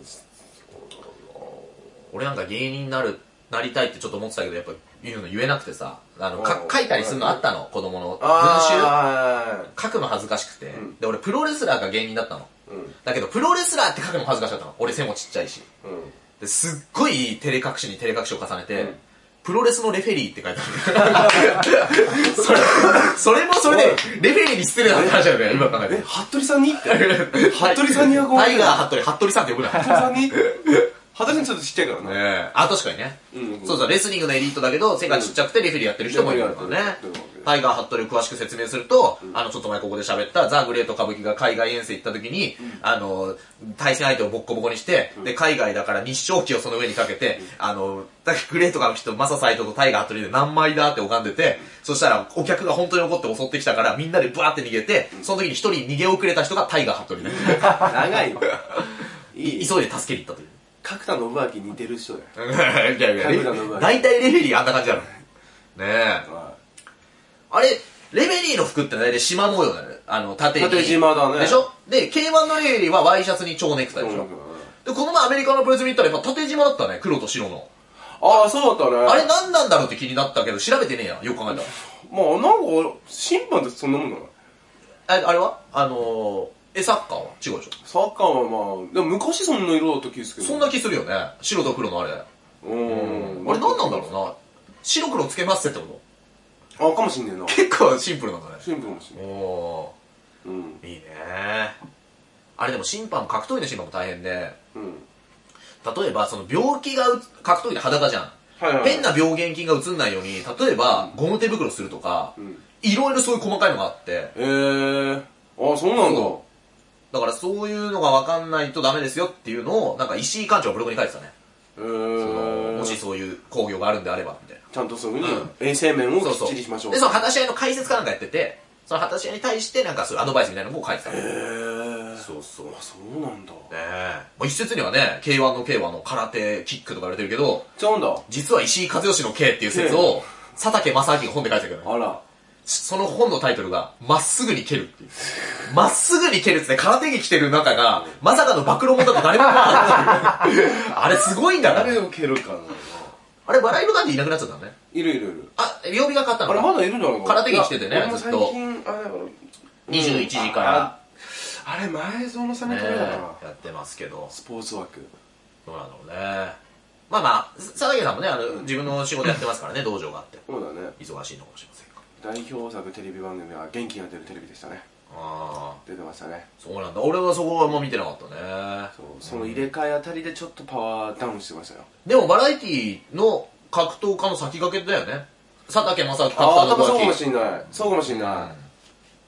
Speaker 1: 俺なんか芸人になる、なりたいってちょっと思ってたけど、やっぱ言うの言えなくてさ、あの、か
Speaker 2: おう
Speaker 1: 書いたりするのあったの、子供の文集。
Speaker 2: あ
Speaker 1: 書くの恥ずかしくて、
Speaker 2: ん
Speaker 1: で、俺プロレスラーが芸人だったの。
Speaker 2: ーうん
Speaker 1: だけど、プロレスラーって書くの恥ずかしかったの。俺背もちっちゃいし。
Speaker 2: うん
Speaker 1: ですっごい照れ隠しに照れ隠しを重ねて、
Speaker 2: うん
Speaker 1: プロレスのレフェリーって書いてある。それ、それもそれで、レフェリーに失礼な話だよね、今考えて
Speaker 2: え。服部さんにって服部さんにはご
Speaker 1: タ
Speaker 2: め
Speaker 1: イ
Speaker 2: ん
Speaker 1: ガー服部、服部さんって呼ぶな。
Speaker 2: 服部 さんに服部さんちょっとちっちゃいからね
Speaker 1: ねえあ、確かにね。
Speaker 2: うん
Speaker 1: そうそう、レスリングのエリートだけど、背がちっちゃくてレフェリーやってる人もいるからね
Speaker 2: うんレフェリーやってる人もいる。
Speaker 1: タイガー・ハットリを詳しく説明すると、あの、ちょっと前ここで喋った、ザ・グレート歌舞伎が海外遠征行った時に、あの、対戦相手をボッコボコにして、で、海外だから日照旗をその上にかけて、あの、だグレート歌舞伎とマササイトとタイガー・ハットリで何枚だって拝んでて、そしたらお客が本当に怒って襲ってきたから、みんなでブワーって逃げて、その時に一人逃げ遅れた人がタイガー・ハットリで、
Speaker 2: 長いわい
Speaker 1: 急い
Speaker 2: い
Speaker 1: で助けに行ったという。
Speaker 2: 角田信明似てる人だよ
Speaker 1: いや いや
Speaker 2: 神楽の場合
Speaker 1: 大体レフェリーあんな感じだろ。ねえ。
Speaker 2: は
Speaker 1: あれ、レフェリーの服って大体縞模様だよね。あの、縦に。
Speaker 2: 縦縞だね
Speaker 1: でしょで、K1 のレフェリーはワイシャツに蝶ネクタイ
Speaker 2: い
Speaker 1: でしょ。で、この前アメリカのプロレス見に行ったらやっぱ縦縞だったね。黒と白の。
Speaker 2: ああそうだったね
Speaker 1: あれ何なんだろうって気になったけど、調べてねえや。よく考え
Speaker 2: まあなんか審判ってそんなもんだな
Speaker 1: たら。ああれはあのー、え、サッカーは違うでし
Speaker 2: サッカーはまあ、でも昔そんな色だった気ですけ
Speaker 1: ょ
Speaker 2: ど。
Speaker 1: そんな気するよね。白と黒のあれ。あ
Speaker 2: う
Speaker 1: れ何
Speaker 2: ん。
Speaker 1: なんだろうな。白黒つけますってってこ
Speaker 2: うな。あ、かもしんねえな
Speaker 1: と。結構シンプルなんだね。
Speaker 2: シンプルかもしんね
Speaker 1: お
Speaker 2: え。うん。
Speaker 1: ー、いいねあれでも審判も格闘技の審判も大変で、
Speaker 2: うん。
Speaker 1: 例えばその病気がうつ格闘技で裸じゃん。
Speaker 2: はいはい。
Speaker 1: 変。な病原菌が移んないように、例えばゴム手袋するとか
Speaker 2: う、ん。
Speaker 1: いろいろそういう細かいのがあって、
Speaker 2: えー。あ、そうなんだ。
Speaker 1: そだからそういうのが分かんないとダメですよっていうのを、なんか石井館長がブログに書いてたね。
Speaker 2: え
Speaker 1: その
Speaker 2: ー。
Speaker 1: もしそういう工業があるんであれば、みたいな。
Speaker 2: ちゃんとそういうふう
Speaker 1: うん
Speaker 2: に衛生面を
Speaker 1: そう
Speaker 2: き
Speaker 1: そ
Speaker 2: っ
Speaker 1: う。
Speaker 2: ちりしましょう。
Speaker 1: で、その話し合いの解説かなんかやってて、その話し合いに対してなんかそういうアドバイスみたいなのも書いてたの。
Speaker 2: えー。
Speaker 1: そうそう。ね
Speaker 2: あ、そうなんだ。
Speaker 1: え。まあ、一説にはね、K1 の K はあの空手、キックとか言われてるけど、
Speaker 2: 違うんだ。
Speaker 1: 実は石井和義の K っていう説を、佐竹正明が本で書いてたけどね。
Speaker 2: あら。
Speaker 1: その本のタイトルが、まっすぐに蹴るっていう。まっすぐに蹴るっつって空手着着てる中が、まさかの暴露本だと誰も思わないっていう。あれすごいんだな。
Speaker 2: 誰を蹴るかな。
Speaker 1: あれ、笑いのなんていなくなっちゃったのね。
Speaker 2: いるいるいる。
Speaker 1: あ、曜日が変わった
Speaker 2: あ
Speaker 1: の
Speaker 2: れ
Speaker 1: か
Speaker 2: まだいるんだろうな
Speaker 1: 空手着着ててね
Speaker 2: いや俺も
Speaker 1: ずっと
Speaker 2: 最近、あれだから。
Speaker 1: 21時か
Speaker 2: あれ前園さん
Speaker 1: ら、
Speaker 2: の
Speaker 1: ね
Speaker 2: ためだから
Speaker 1: やってますけど、
Speaker 2: スポーツ枠
Speaker 1: どうなんだろうね。まあまあ、佐竹さんもね、あの、自分の仕事やってますからね、道場があって。
Speaker 2: そうだね
Speaker 1: 忙しいのかもしれませんが。
Speaker 2: 代表作テレビ番組は元気が出るテレビでしたね
Speaker 1: ああ、
Speaker 2: 出てましたね
Speaker 1: そうなんだ。俺はそこはあんま見てなかったね。
Speaker 2: そうその入れ替えあたりでちょっとパワーダウンしてましたよ
Speaker 1: でもバラエティの格闘家の先駆けだよね。佐竹正明格
Speaker 2: あ
Speaker 1: 闘
Speaker 2: あ
Speaker 1: 家
Speaker 2: 多
Speaker 1: の
Speaker 2: 分そうかも
Speaker 1: 先
Speaker 2: しんないそうかもしんな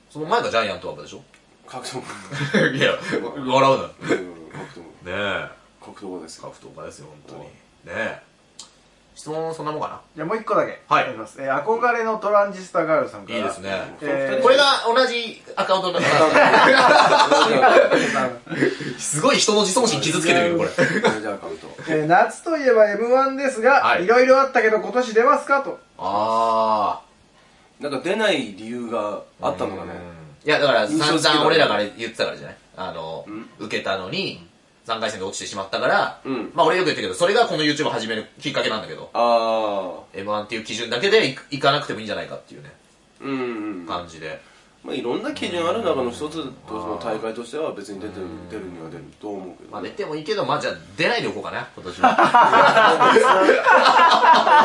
Speaker 1: その前がジャイアントワープでしょ
Speaker 2: い格闘
Speaker 1: いや、笑う な。ね
Speaker 2: 部うん格闘
Speaker 1: え、
Speaker 2: 部格闘部ですよ
Speaker 1: 格闘家ですよ、本当に。ねえ。質問そんなもんか
Speaker 3: じゃあもう一個だけ
Speaker 1: はい
Speaker 3: あります、えー憧れのトランジスタガールさんか
Speaker 1: な。
Speaker 3: ら
Speaker 1: いいですね。
Speaker 3: えー
Speaker 1: これが同じアカウントだ から、すごい人の自尊心 傷つけてるよ、これ。
Speaker 2: じゃあ格闘
Speaker 3: えー夏といえば m 1ですが、
Speaker 1: はい
Speaker 3: いろいろあったけど今年出ますかと
Speaker 1: あ
Speaker 2: なんか出ない理由があったのがね
Speaker 1: ー。いや、だから、
Speaker 2: 印象付けた
Speaker 1: 散々俺らから言ってたからじゃないあの、受けたのに、3回戦で落ちてしまったから、
Speaker 2: うん
Speaker 1: まあ俺よく言ったけど、それがこの YouTube を始めるきっかけなんだけど、
Speaker 2: ああ
Speaker 1: M1 っていう基準だけでいいかなくてもいいんじゃないかっていうね、
Speaker 2: うんうん
Speaker 1: 感じで。
Speaker 2: まあいろんな基準ある中の一つとその大会としては別に出てる出るには出ると思うけ
Speaker 1: ま
Speaker 2: ど
Speaker 1: あ
Speaker 2: ね
Speaker 1: 出てもいいけど、まあじゃあ出ないでおこうかな、今年は。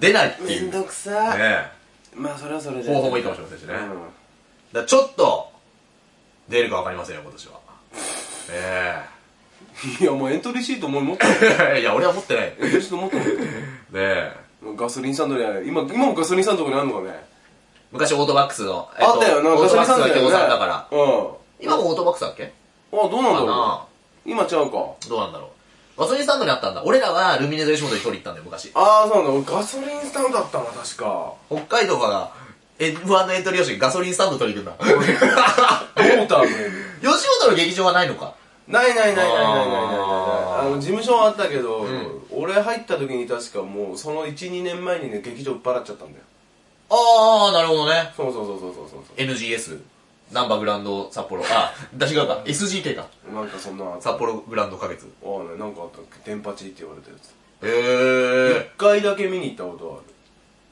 Speaker 1: 出ないって
Speaker 2: め
Speaker 1: い
Speaker 2: ん
Speaker 1: う。ね
Speaker 2: どくさ
Speaker 1: え。
Speaker 2: まあそれはそれで
Speaker 1: 方法もいいかもしれませんしね
Speaker 2: う
Speaker 1: だからちょっと、出るかわかりませんよ、今年は。え
Speaker 2: いやもうエントリーシートもう持ってる
Speaker 1: え いや、俺は持ってない。ね
Speaker 2: エントリーシート持ってる
Speaker 1: え。
Speaker 2: ガソリンスタンドにある今今もガソリンスタンドにあるのかね
Speaker 1: 昔オートバックスの、えっと
Speaker 2: あったよな
Speaker 1: オ
Speaker 2: ガ
Speaker 1: ート
Speaker 2: ソリ
Speaker 1: バ
Speaker 2: ン
Speaker 1: ッ
Speaker 2: ス
Speaker 1: ク
Speaker 2: タ
Speaker 1: ス
Speaker 2: ン
Speaker 1: が京
Speaker 2: ドだよ
Speaker 1: 子
Speaker 2: ね
Speaker 1: さんだから。
Speaker 2: う
Speaker 1: 今もオートバックスだっけ
Speaker 2: んあどうなんだ
Speaker 1: か
Speaker 2: ろ
Speaker 1: な
Speaker 2: う今ちゃうか
Speaker 1: どうなんだろう。ガソリンスタンドにあったんだ。俺らはルミネ座吉本に取り行ったんだよ、昔。
Speaker 2: ああそうなんだ俺ガソリンスタンドだったな確か
Speaker 1: 北海道が、M1 のエントリー用紙にガソリンスタンド取り行くんだ。
Speaker 2: モーターも
Speaker 1: 吉本の劇場はないのか。
Speaker 2: ないないないないないないないな
Speaker 1: あ
Speaker 2: い
Speaker 1: ー
Speaker 2: あの事務所はあったけど、俺入った時に確かもうその12年前にね劇場売っ払っちゃったんだよ
Speaker 1: あー、なるほどね。
Speaker 2: そうそうそうそうそうそう
Speaker 1: NGS。ナンバーグランド札幌。あ、私がか。SGK か。
Speaker 2: なんかそんなあった
Speaker 1: 札幌グランド花月。
Speaker 2: ああねなんかあったっけ電波地って言われたやつ
Speaker 1: へー。
Speaker 2: 一回だけ見に行ったことは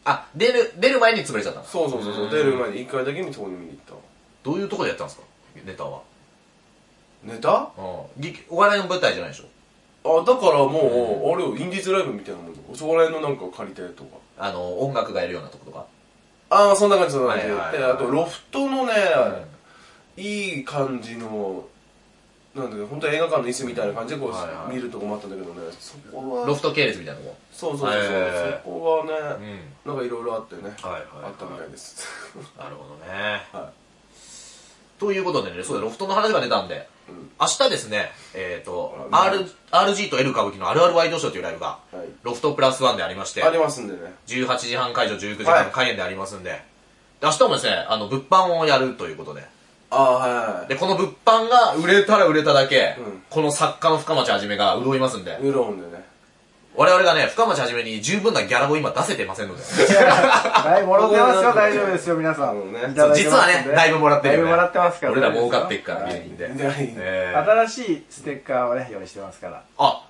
Speaker 2: ある
Speaker 1: あ、出る、出る前に潰れちゃったの
Speaker 2: そうそうそうそう出る前に一回だけ見そこに見に行ったわ
Speaker 1: どういうとこでやったんですかネタは。
Speaker 2: ネタ
Speaker 1: うん。劇お笑いの舞台じゃないでしょ
Speaker 2: あだからもう、あれよインディーズライブみたいなもんだそこら辺のなんか借りてとか
Speaker 1: あの、音楽がやるようなとことか。
Speaker 2: ああそんな感じそんな感じ、
Speaker 1: はいはいはい
Speaker 2: であとロフトのね、いい感じのなんだけど本当映画館の椅子みたいな感じでこう、
Speaker 1: はいはい
Speaker 2: 見るとこもあったんだけどねそこは
Speaker 1: ロフト系列みたいなとこ。
Speaker 2: そうそうそう、
Speaker 1: へー
Speaker 2: そこは
Speaker 1: う
Speaker 2: ね、
Speaker 1: ん。
Speaker 2: なんかいろいろあってね、
Speaker 1: はいはい
Speaker 2: あったみたいです、
Speaker 1: なるほどね。
Speaker 2: は
Speaker 1: ということでね、そうだ、ロフトの話が出たんで、
Speaker 2: ん
Speaker 1: 明日ですね、えっ、ー、と、
Speaker 2: あ
Speaker 1: R、RG と L 歌舞伎のあるあるワイドショーというライブが、
Speaker 2: はい
Speaker 1: ロフトプラスワンでありまして、
Speaker 2: ありますんでね
Speaker 1: 18時半会場、19時半開演でありますんで、で明日もですね、あの、物販をやるということで、
Speaker 2: ああはいはいはい
Speaker 1: で、この物販が売れたら売れただけ、
Speaker 2: うん
Speaker 1: この作家の深町はじめが潤いますんで、
Speaker 2: ウーロンでね
Speaker 1: 我々がね、深町はじめに十分なギャラを今出せてません ので、
Speaker 3: はいもらってま すよ大丈夫ですよ皆さん、
Speaker 2: そうね
Speaker 3: いただいて
Speaker 1: 実
Speaker 3: ま
Speaker 1: は
Speaker 3: すんで
Speaker 1: ね、だいぶもらってるよ、ね。
Speaker 3: だいぶもらってますから
Speaker 1: 俺ら儲かってっから、
Speaker 3: はい
Speaker 1: 芸人で。
Speaker 2: いやいや
Speaker 1: えー
Speaker 3: 新しいステッカーをね用意してますから
Speaker 1: あ、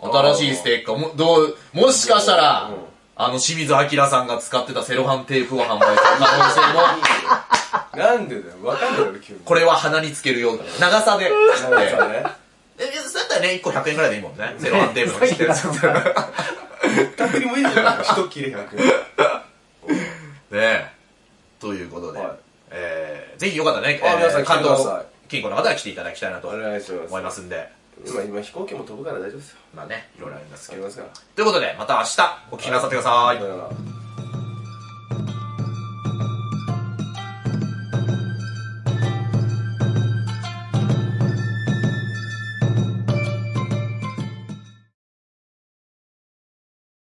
Speaker 1: 新しいステッカー、も、どう、もしかしたら
Speaker 2: うん、
Speaker 1: あの、清水明さんが使ってたセロハンテープを販売する可能性も
Speaker 2: なんでだよわかんないよ急に
Speaker 1: これは鼻につけるような長さで
Speaker 2: なんかね
Speaker 1: え、そうやったらね、1個100円ぐらいでいいもんね。セロハンテープの切 ってるやつ。ね
Speaker 2: 確認もいいんじゃない一切れ100
Speaker 1: え。ということで、
Speaker 2: はい
Speaker 1: えー、ぜひよかったらね、
Speaker 2: あ皆さん来て
Speaker 1: 関
Speaker 2: くだ
Speaker 1: 東
Speaker 2: さい
Speaker 1: 近郊の方は来ていただきたいなと
Speaker 2: お
Speaker 1: 思
Speaker 2: 願いします
Speaker 1: いますんで、
Speaker 2: 今今飛行機も飛ぶから大丈夫ですよ
Speaker 1: まあね、いろいろあります
Speaker 2: あ
Speaker 1: け
Speaker 2: り
Speaker 1: ど。
Speaker 2: ますから
Speaker 1: ということで、また明日、お聞きなさってください。
Speaker 2: さよなら